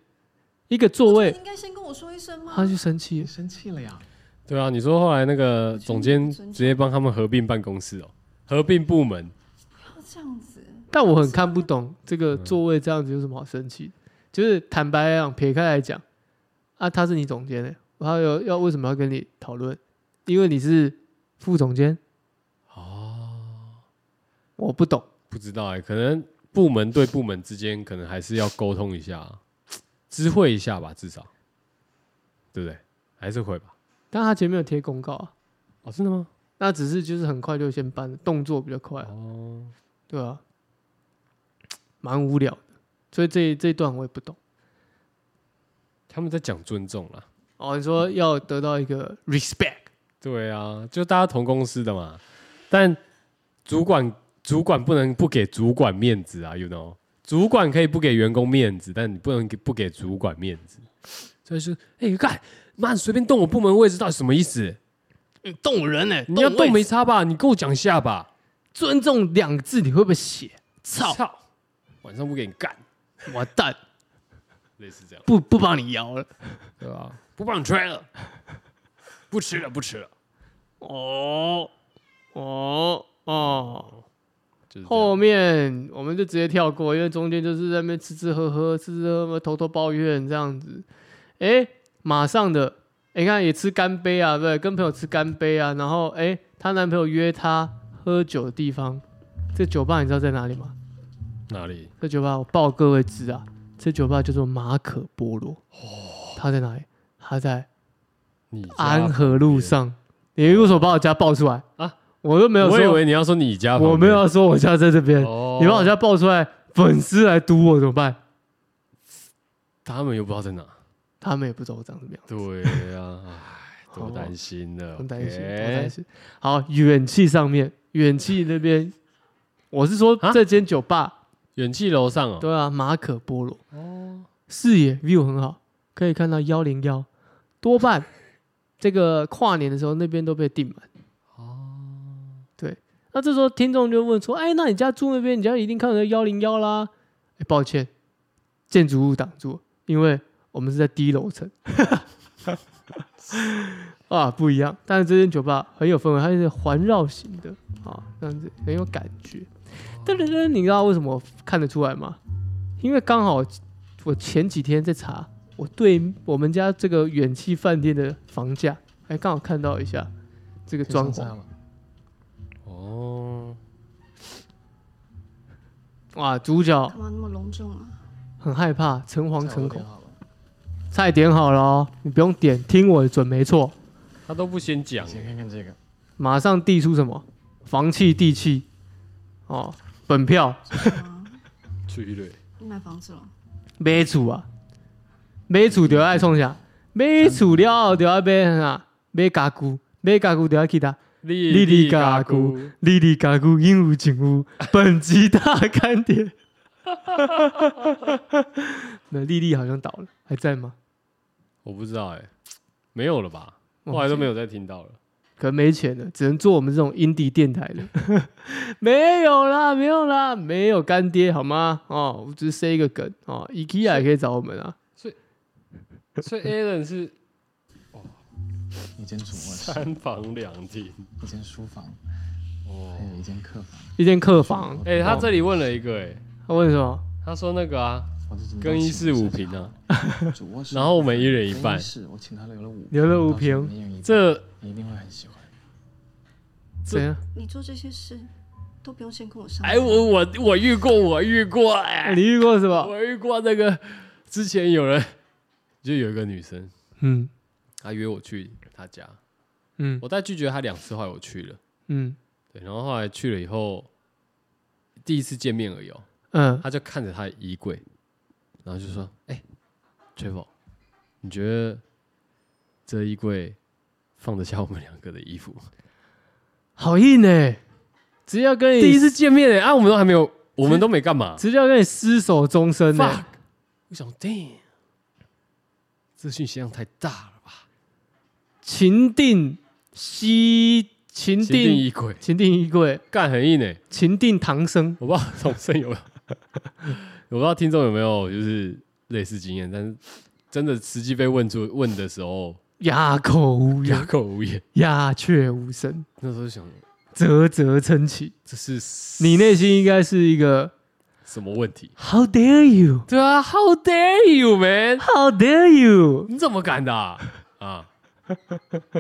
一个座你位应该先跟我说一声吗？他就生气你了，生气了呀？对啊，你说后来那个总监直接帮他们合并办公室哦，合并部门，不要这样子，但我很看不懂这个座位这样子有什么好生气的。就是坦白来讲，撇开来讲，啊，他是你总监呢，他有要为什么要跟你讨论？因为你是副总监哦，我不懂。不知道哎、可能部门对部门之间可能还是要沟通一下，知会一下吧，至少，对不对？还是会吧。但他前面有贴公告啊，哦，真的吗？那只是就是很快就先搬了，动作比较快啊，哦，对啊，蛮无聊的，所以这这一段我也不懂。他们在讲尊重啦。哦，你说要得到一个 respect，对啊，就大家同公司的嘛，但主管主管不能不给主管面子啊，you know，主管可以不给员工面子，但你不能给不给主管面子。所以说，哎、干妈你随便动我部门位置到底什么意思？动人呢、你要动没差吧？你跟我讲一下吧。尊重两个字，你会不会写？操，操，晚上不给你干，完蛋，类似这样， 不不帮你摇了。对吧、不帮你吹了，不吃了，不吃了，哦哦哦，就是这样后面我们就直接跳过，因为中间就是在那边吃吃喝喝，吃吃喝喝，偷偷抱怨这样子。哎，马上的，诶你看也吃干杯啊，对不对，跟朋友吃干杯啊，然后哎，她男朋友约她喝酒的地方，这酒吧你知道在哪里吗？哪里？这酒吧我报各位知啊，这酒吧叫做马可波罗。他在哪里？他在你家安和路上。你为什么把我家报出来啊哦啊？我又没有我以说，为你要说你家，我没有。要说我家在这边。哦你把我家爆出来，粉丝来堵我怎么办？他们又不知道在哪。他们也不知道我长什么样，对呀，唉，多担心了，很担心， OK 很担心。好，远气上面，远气那边，我是说啊这间酒吧，远气楼上哦，对啊，马可波罗，哦，视野 view 很好，可以看到幺零幺，多半这个跨年的时候那边都被订满。对，那这时候听众就问说：“哎，那你家住那边，你家一定看得到幺零幺啦。哎抱歉，建筑物挡住了，因为我们是在低楼层。 啊，不一样。但是这间酒吧很有氛围，它是环绕型的啊，这样子很有感觉。但是你知道为什么我看得出来吗？因为刚好我前几天在查我对我们家这个远期饭店的房价，哎，刚好看到一下这个装装潢。了，哦，哇，主角干嘛那么隆重啊？很害怕，诚惶诚恐菜我都点。好了菜点好了哦，你不用点，听我的准没错。他都不先讲，欸先看看这个，马上递出什么房契地契哦，本票什么啊催泪。你买房子了？买厝啊，买厝就爱创啥？买厝了后就要买啥？买家具，买家具就要去搭。莉莉莉嘎咕，莉莉嘎咕，鹦鹉警屋，本集大干爹。那莉莉好像倒了，还在吗？我不知道哎、没有了吧？后来都没有再听到了。可能没钱了，只能做我们这种 indie 电台了。没有啦，没有啦，没有干爹好吗？哦，我只是塞一个梗哦，IKEA 也可以找我们啊。所以 Alan 是一间主啊卧室，三房两厅。一间书房，哦还，有一间客房。一间客房，哎、他这里问了一个哎、他问什么？他说那个啊，我这间更衣室五平 啊，主卧室，然后我们一人一更半衣，室我请他留了五，留了五到时候平你也有一半这你一定会很喜欢。这怎样？你做这些事都不用先跟我商哎，量。我我我遇过，我遇过哎、你遇过什么？我遇过那个之前有人，就有一个女生，嗯她约我去她家，嗯我再拒绝她两次，后来我去了，嗯对，然后后来去了以后，第一次见面而已、哦，嗯，她就看着她的衣柜，然后就说：“哎、t r e v o r 你觉得这衣柜放得下我们两个的衣服吗好硬哎！直接要跟？”你第一次见面哎、啊，我们都还没有，我们都没干嘛。直接要跟你厮守终身欸呢 fuck，。我想 damn，这讯息量太大了吧？情定西，情情定定衣柜，情定衣柜，干很硬哎、情定唐僧， 我不知道同声有没有，我不知道听众有没有就是类似经验，但是真的实际被问出问的时候，哑口无哑言，口无言。鸦雀无声，那时候想，啧啧称奇。这是你内心应该是一个什么问题？ How dare you? 对啊，How dare you man？ How dare you? 你怎么敢的啊？啊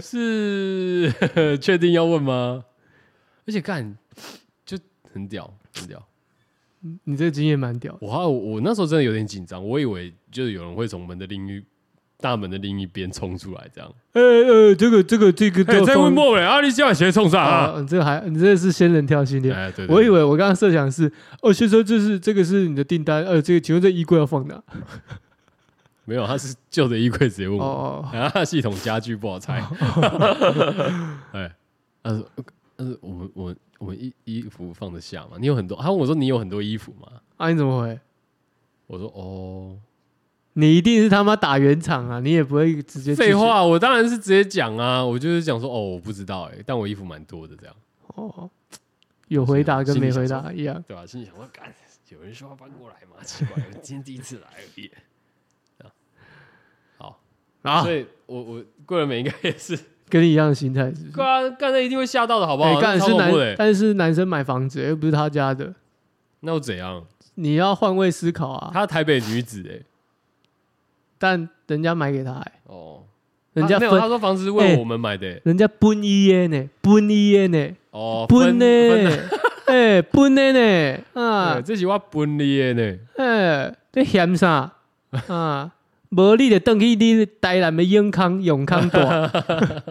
是 确定要问吗？而且干就很屌，很屌。你这个经验蛮屌的，我还我我那时候真的有点紧张，我以为就是有人会从门的另一大门的另一边冲出来这 样。呃呃，这个这个这个哎，叫在放问莫文啊，你叫谁冲上啊？啊，你这个还你这个是仙人跳系列。哎，对，对我以为我刚刚设想的是，哦，先生，这是这个是你的订单，呃，这个请问这衣柜要放哪？没有，他是旧的衣柜直接问哦我 哦，啊，系统家具不好 拆。哎，他说，他说我们我们我们衣衣服放得下吗？你有很多，他问我说你有很多衣服吗？啊，你怎么回？我说哦，你一定是他妈打圆场啊，你也不会直接拒绝废。话，我当然是直接讲啊，我就是讲说哦，我不知道哎，但我衣服蛮多的这样。哦，有回答跟没回答一样。对吧、心里想说，干，有人说要搬过来吗？奇 怪，我今天第一次来而已。啊好，啊所以我我贵人美应该也 是，啊跟你一样的心态是不是？干干那一定会吓到的，好不好？哎干、那是超恐怖的男，欸但是男生买房子又不是他家的，那又怎样？你要换位思考啊。她台北女子哎、但人家买给他、哎，哦，人家她没分，有，她说房子是为哎我们买的欸、人家分一耶呢，分一耶呢，哦，分呢分的，，哎，分的呢，对 啊，这是我分你的呢，哎，这嫌啥？啊，无你就等去你台南的永康永康大，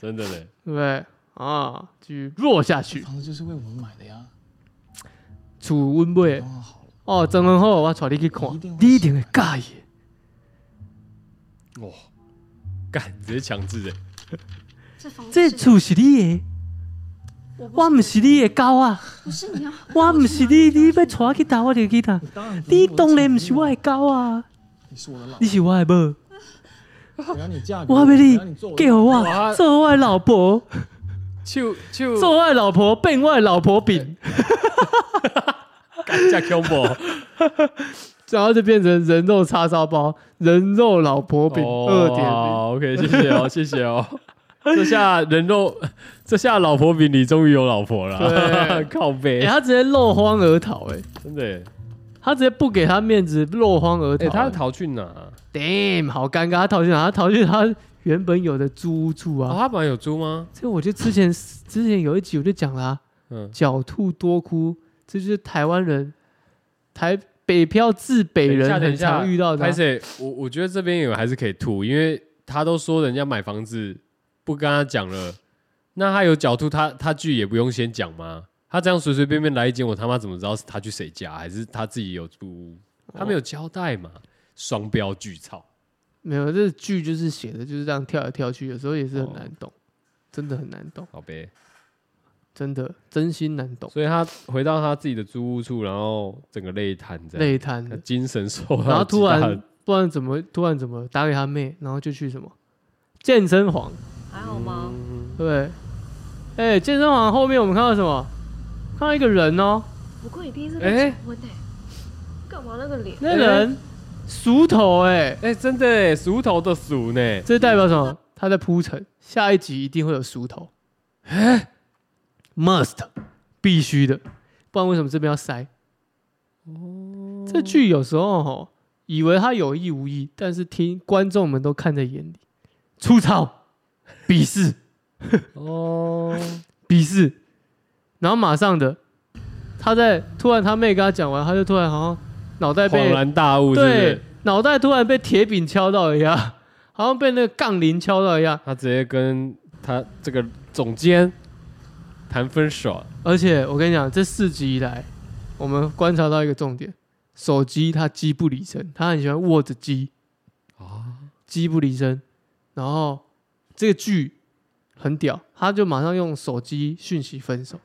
真的嘞，对不对？啊，继续弱下 去，房子就是为我们买的呀，厝温尾当然好了。哦，真很好，我带你去看一定，会你一定会介意。哦哇、干，直接强制哎、这房子这是厝是你的，我不我毋是你的狗啊，不是你要，我毋是你，你要带我去倒，我就去倒。你当然毋是我的，的狗啊，你是我的老你是我的某，婆，我要你嫁给我要我要你你做我的嫁互哇我，做我的老婆，就就做我的老婆，变我的老婆饼，干加 combo，然后就变成人肉叉烧包、人肉老婆饼二点零。 o k 哦谢谢哦，谢谢哦。这下人肉，这下老婆饼里终于有老婆了，对 靠背哎，，他直接落荒而逃，哎，真的耶。他直接不给他面子，落荒而逃哎，啊欸。他逃去哪？ damn 好尴尬，他逃去哪？他逃去他原本有的租屋住哦，啊。他本来有猪吗？这个我就之前之前有一集我就讲啦、嗯，啊狡兔多窟，这就是台湾人，台北漂自北等一下哎人等很一下常遇到的啊、拍谁？我我觉得这边有还是可以吐，因为他都说人家买房子不跟他讲了，那他有狡兔，他他剧也不用先讲吗？他这样随随便便来一间，我他妈怎么知道是他去谁家，还是他自己有住屋？他没有交代嘛？双标剧操，没有，这剧就是写的，就是这样跳来跳去，有时候也是很难懂，真的很难懂，好呗。真的真心难懂，所以他回到他自己的租屋处，然后整个累瘫这样，累瘫他的。精神受到然后极突大的然不然怎么突然怎么打给他妹，然后就去什么健身房，还好吗？对不对？哎、健身房后面我们看到什么？看到一个人哦，不过你第一次哎被求婚哎、干嘛那个脸？那人熟头哎、哎、真的耶数头的数呢，这代表什么？他在铺陈，下一集一定会有熟头。m u s t 必须的，不然为什么这边要塞？哦，这剧有时候吼，以为他有意无意，但是听观众们都看在眼里，粗糙、鄙视、 哦，鄙视，然后马上的，他在突然他妹跟他讲完，他就突然好像脑袋被恍然大悟是不对是？脑袋突然被铁饼敲到一样， 好像被那个杠铃敲到一样。他直接跟他这个总监谈分手，啊而且我跟你讲，这四集以来，我们观察到一个重点：手机它机不离身，它很喜欢握着机啊，机不离身。然后这个剧很屌，他就马上用手机讯息分手，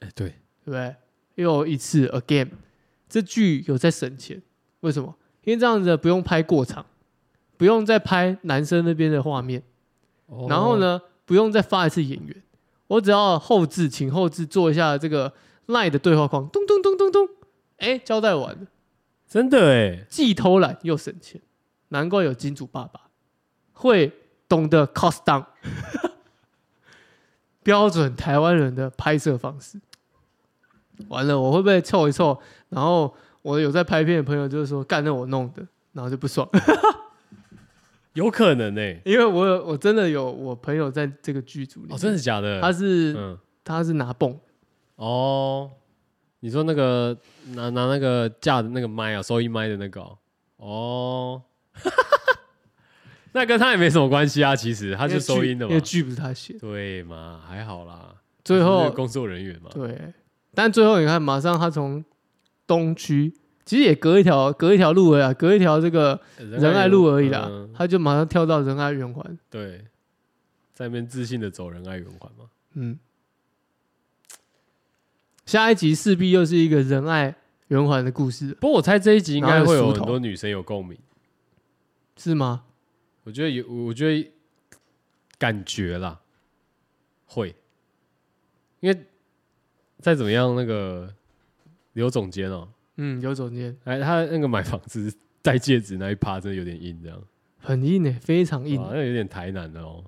哎、对，对不对？又一次 again，这剧有在省钱，为什么？因为这样子不用拍过场，不用再拍男生那边的画面。哦然后？呢，不用再发一次演员，我只要后置，请后置做一下这个 line 的对话框，咚咚咚咚咚，哎，交代完了，真的哎，既偷懒又省钱，难怪有金主爸爸会懂得 cost down，标准台湾人的拍摄方式。完了，我会不会凑一凑？然后我有在拍片的朋友就是说，干那我弄的，然后就不爽。 有可能哎，因为我有我真的有我朋友在这个剧组里面，哦，真的假的？他是、嗯，他是拿泵，哦，你说那个拿拿那个架的那个麦啊，收音麦的那个哦，哦 那跟他也没什么关系啊，其实他因是为收剧音的因为嘛，剧不是他写的。对嘛，还好啦，最他后是工作人员嘛，对，但最后你看，马上他从东区，其实也隔一条隔一条路而已啊，隔一条这个仁爱路而已啦，嗯他就马上跳到仁爱圆环。对，在那边自信的走仁爱圆环嘛，嗯，下一集势必又是一个仁爱圆环的故事了，不过我猜这一集应该会然后有有梳头很多女生有共鸣，是吗？我觉得有，我觉得感觉啦，会，因为再怎么样，那个刘总监哦、嗯，有总监哎，他那个买房子戴戒指那一趴真的有点硬，这样啊很硬诶、非常硬。哇那有点台南的哦、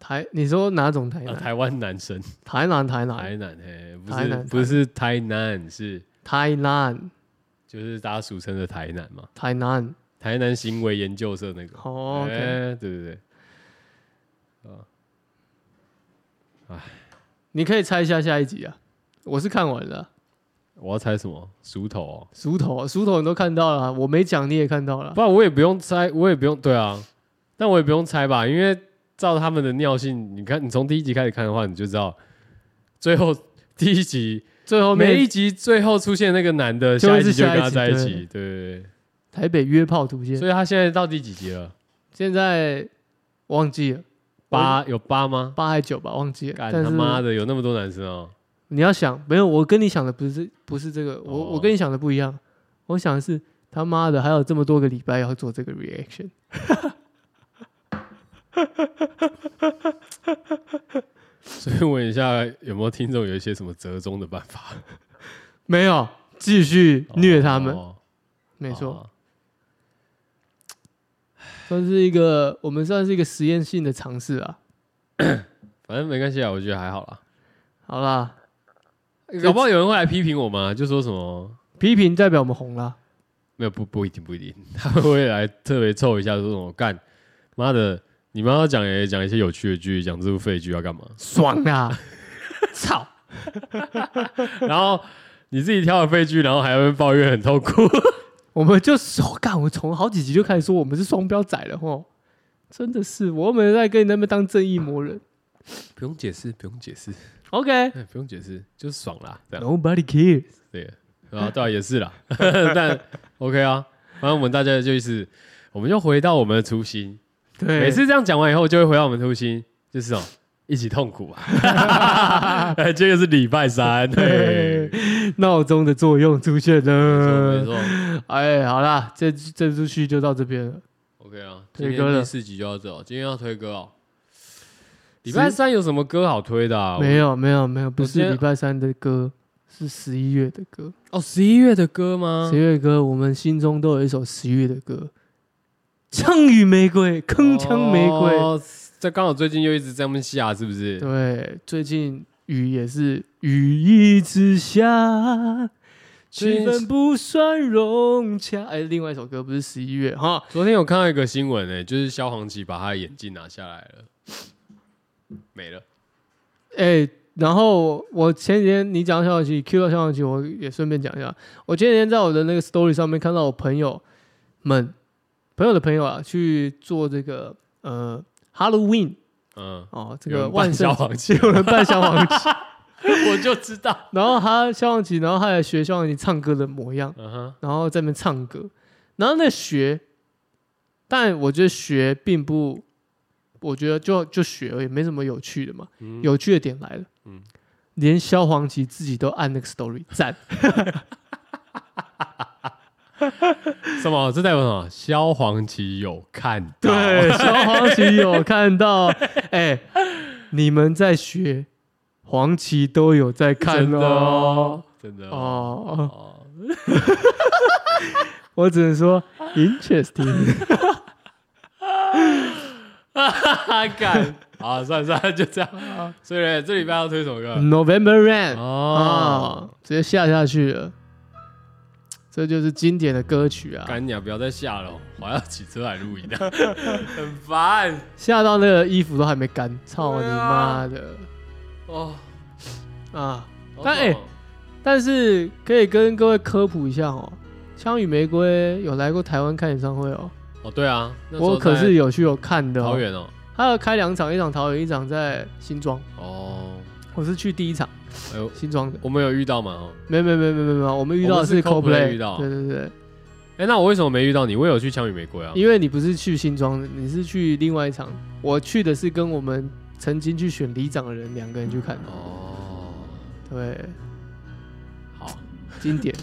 台，你说哪种台啊南？台湾男生，台南，台南，台南嘿，不台是南不是台南，是台南，就是大家俗称的台南嘛，台南。台南行为研究社那个，哦，OK、哎对对对，你可以猜一下下一集啊。我是看完了啊、我要猜什么？熟头哦、熟头啊，熟头你都看到了啊，我没讲你也看到了啊。不然我也不用猜，我也不用对啊，但我也不用猜吧，因为照他们的尿性，你看你从第一集开始看的话，你就知道，最后 第一集最后每一面集最后出现那个男的，就下会一集是就下跟一他集在一对起，对对台北约炮图对，鉴，所以他现在到第几集了？现在忘记了八有八吗？八还九吧，忘记了。干但他是妈的，有那么多男生哦！ 你要想，没有我跟你想的不是不是这个，我、哦我跟你想的不一样，我想的是他妈的还有这么多个礼拜要做这个 reaction，所以问一下，有没有听众有一些什么折中的办法？没有继续 虐他们，哦没错，，哦算是一个我们算是一个实验性的尝试啊。反正没关系啊，我觉得还好啦。好啦，呃搞不好有人会来批评我嘛，就说什么批评代表我们红啦，没有不不一定不一定， 他们会来特别凑一下，说什么干妈的，你们要讲也讲一些有趣的剧，讲啊这部废剧要干嘛？爽啊！操， 然后你自己挑了废剧，然后还会抱怨很痛苦。 我们就是我干，我从好几集就开始说我们是双标仔了吼，真的是，我又没有在跟你那边当正义魔人。不用解释，不用解释， OK，Nobody、哎，不用解释，就是爽啦，这样 cares。对，然后倒也是啦， 但 OK 啊，反正我们大家就是，我们就回到我们的初心，对，每次这样讲完以后，就会回到我们初心，就是哦，一起痛苦啊。 哎这个是礼拜三，对，闹钟的作用出现没错没了。错哎，好啦，这这出剧就到这边了。 ，OK 啊，推今歌天了第四集就到这哦，今天要推歌哦。礼拜三有什么歌好推的啊？嗯没有没有没有，不今是天礼拜三的歌，是十一月的歌。哦，十一月的歌吗十一？月的歌，我们心中都有一首十一月的歌，《枪与玫瑰》，铿锵玫瑰。哦，这刚好最近又一直在那么下，是不是？对，最近雨也是雨一直下，气最近氛不算融洽。哎，另外一首歌不是十一月哈，昨天有看到一个新闻呢、就是萧煌奇把他的眼镜拿下来了，没了。哎，然后我前几天你讲小小琪 Q 到小小琪，我也顺便讲一下，我前几天在我的那个 story 上面看到我朋友们朋友的朋友啊去做这个呃 Halloween 嗯，哦，这有个人万扮萧圣节煌 奇，有人扮消防旗，我就知道。然后他消防旗，然后他还学消防旗唱歌的模样。嗯哼，然后在那边唱歌，然后那学，但我觉得学并不，我觉得就就学而已，没什么有趣的嘛。嗯有趣的点来了，嗯连萧煌奇自己都按那个 story 赞，什么？这代表什么？萧煌奇有看到。对，萧煌奇有看到， 哎、你们在学，黄奇都有在看真的哦哦，，真的哦。哦，哦 我只能说 interesting，哈 干！好，算了算了，就这样。所以呢这礼拜要推什么嗯歌？ November Rain，哦，哦，直接下下去了。这就是经典的歌曲啊！干鸟不要再下了哦，我还要骑车来录音的， 很烦吓到那个衣服都还没干，操你对妈啊的哦。啊！好但哎爽哦但是可以跟各位科普一下哦，枪与玫瑰有来过台湾看演唱会哦，哦，对啊，那时候我可在是有去有看的、桃哦。园哦。他要开两场，一场桃园，一场在新庄。哦，我是去第一场哎呦，新庄的，我们有遇到嘛？哦，没没没没没没，我们遇到的我是们是 Coldplay CoPlay，遇到对对对，哎，那我为什么没遇到你？我有去枪与玫瑰啊。因为你不是去新庄的，你是去另外一场。我去的是跟我们曾经去选里长的人两个人去看的。哦，对，好，经 典。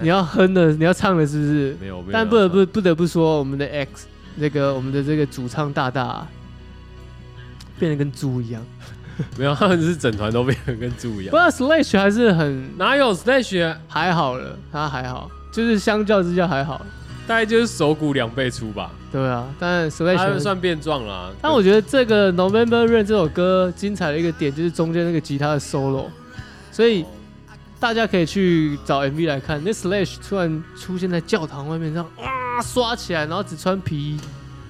你要哼的，你要唱的，是不是？没有，没有但不得不不得不说，我们的 X 那个我们的这个主唱大大、变得跟猪一样。没有，他们是整团都变得跟猪一不样。过 Slash 还是很哪有 Slash？还好了，他还好，就是相较之下还好。大概就是手骨两倍粗吧，对啊，但 Slash 他还们算变壮啊啦。但我觉得这个《November Rain》这首歌精彩的一个点就是中间那个吉他的 solo，所以大家可以去找 MV 来看。那 Slash 突然出现在教堂外面，这样啊刷起来，然后只穿皮衣，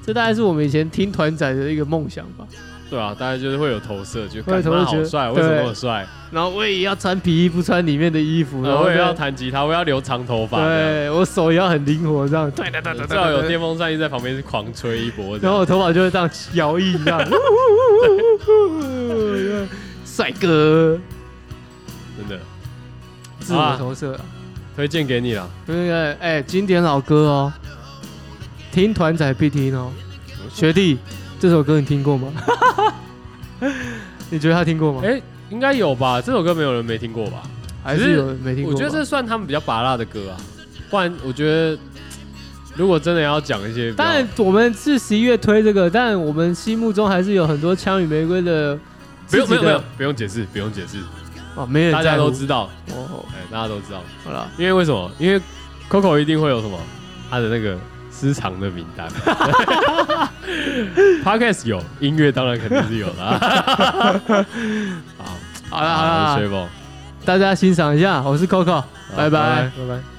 这大概是我们以前听团仔的一个梦想吧。对啊，大概就是会有投射，就会有感投觉射他觉好帅，得为对什么那么帅？然后我也要穿皮衣，不穿里面的衣服，然然后后我也要再弹吉他，我要留长头发，这对我手也要很灵活，这样啊对对对样对最好有对。电风扇一直在旁边狂吹一波，这然样后我头发就会这样摇曳， 这样，帅哥，真的自我投射啊。推荐给你啦。那个哎，经典老歌哦，听团仔必听哦。学弟，这首歌你听过吗？ 你觉得他听过吗？哎，应该有吧？这首歌没有人没听过吧？还是有人没听过我觉吧？得这算他们比较拔辣的歌啊，不然我觉得如果真的要讲一些比较，当然我们是十一月推这个，但我们心目中还是有很多枪与玫瑰的不自用己没有的没有不用解释，不用解释，哦，没人大家在乎都知道，哦。哎，大家都知道，好了，因为为什么？因为 Coco 一定会有什么他的那个私藏的名单 ，Podcast 有音乐当然肯定是有啦。好，好了，好我是了，吹风，大家欣赏一下。我是 Coco，好拜拜，拜拜。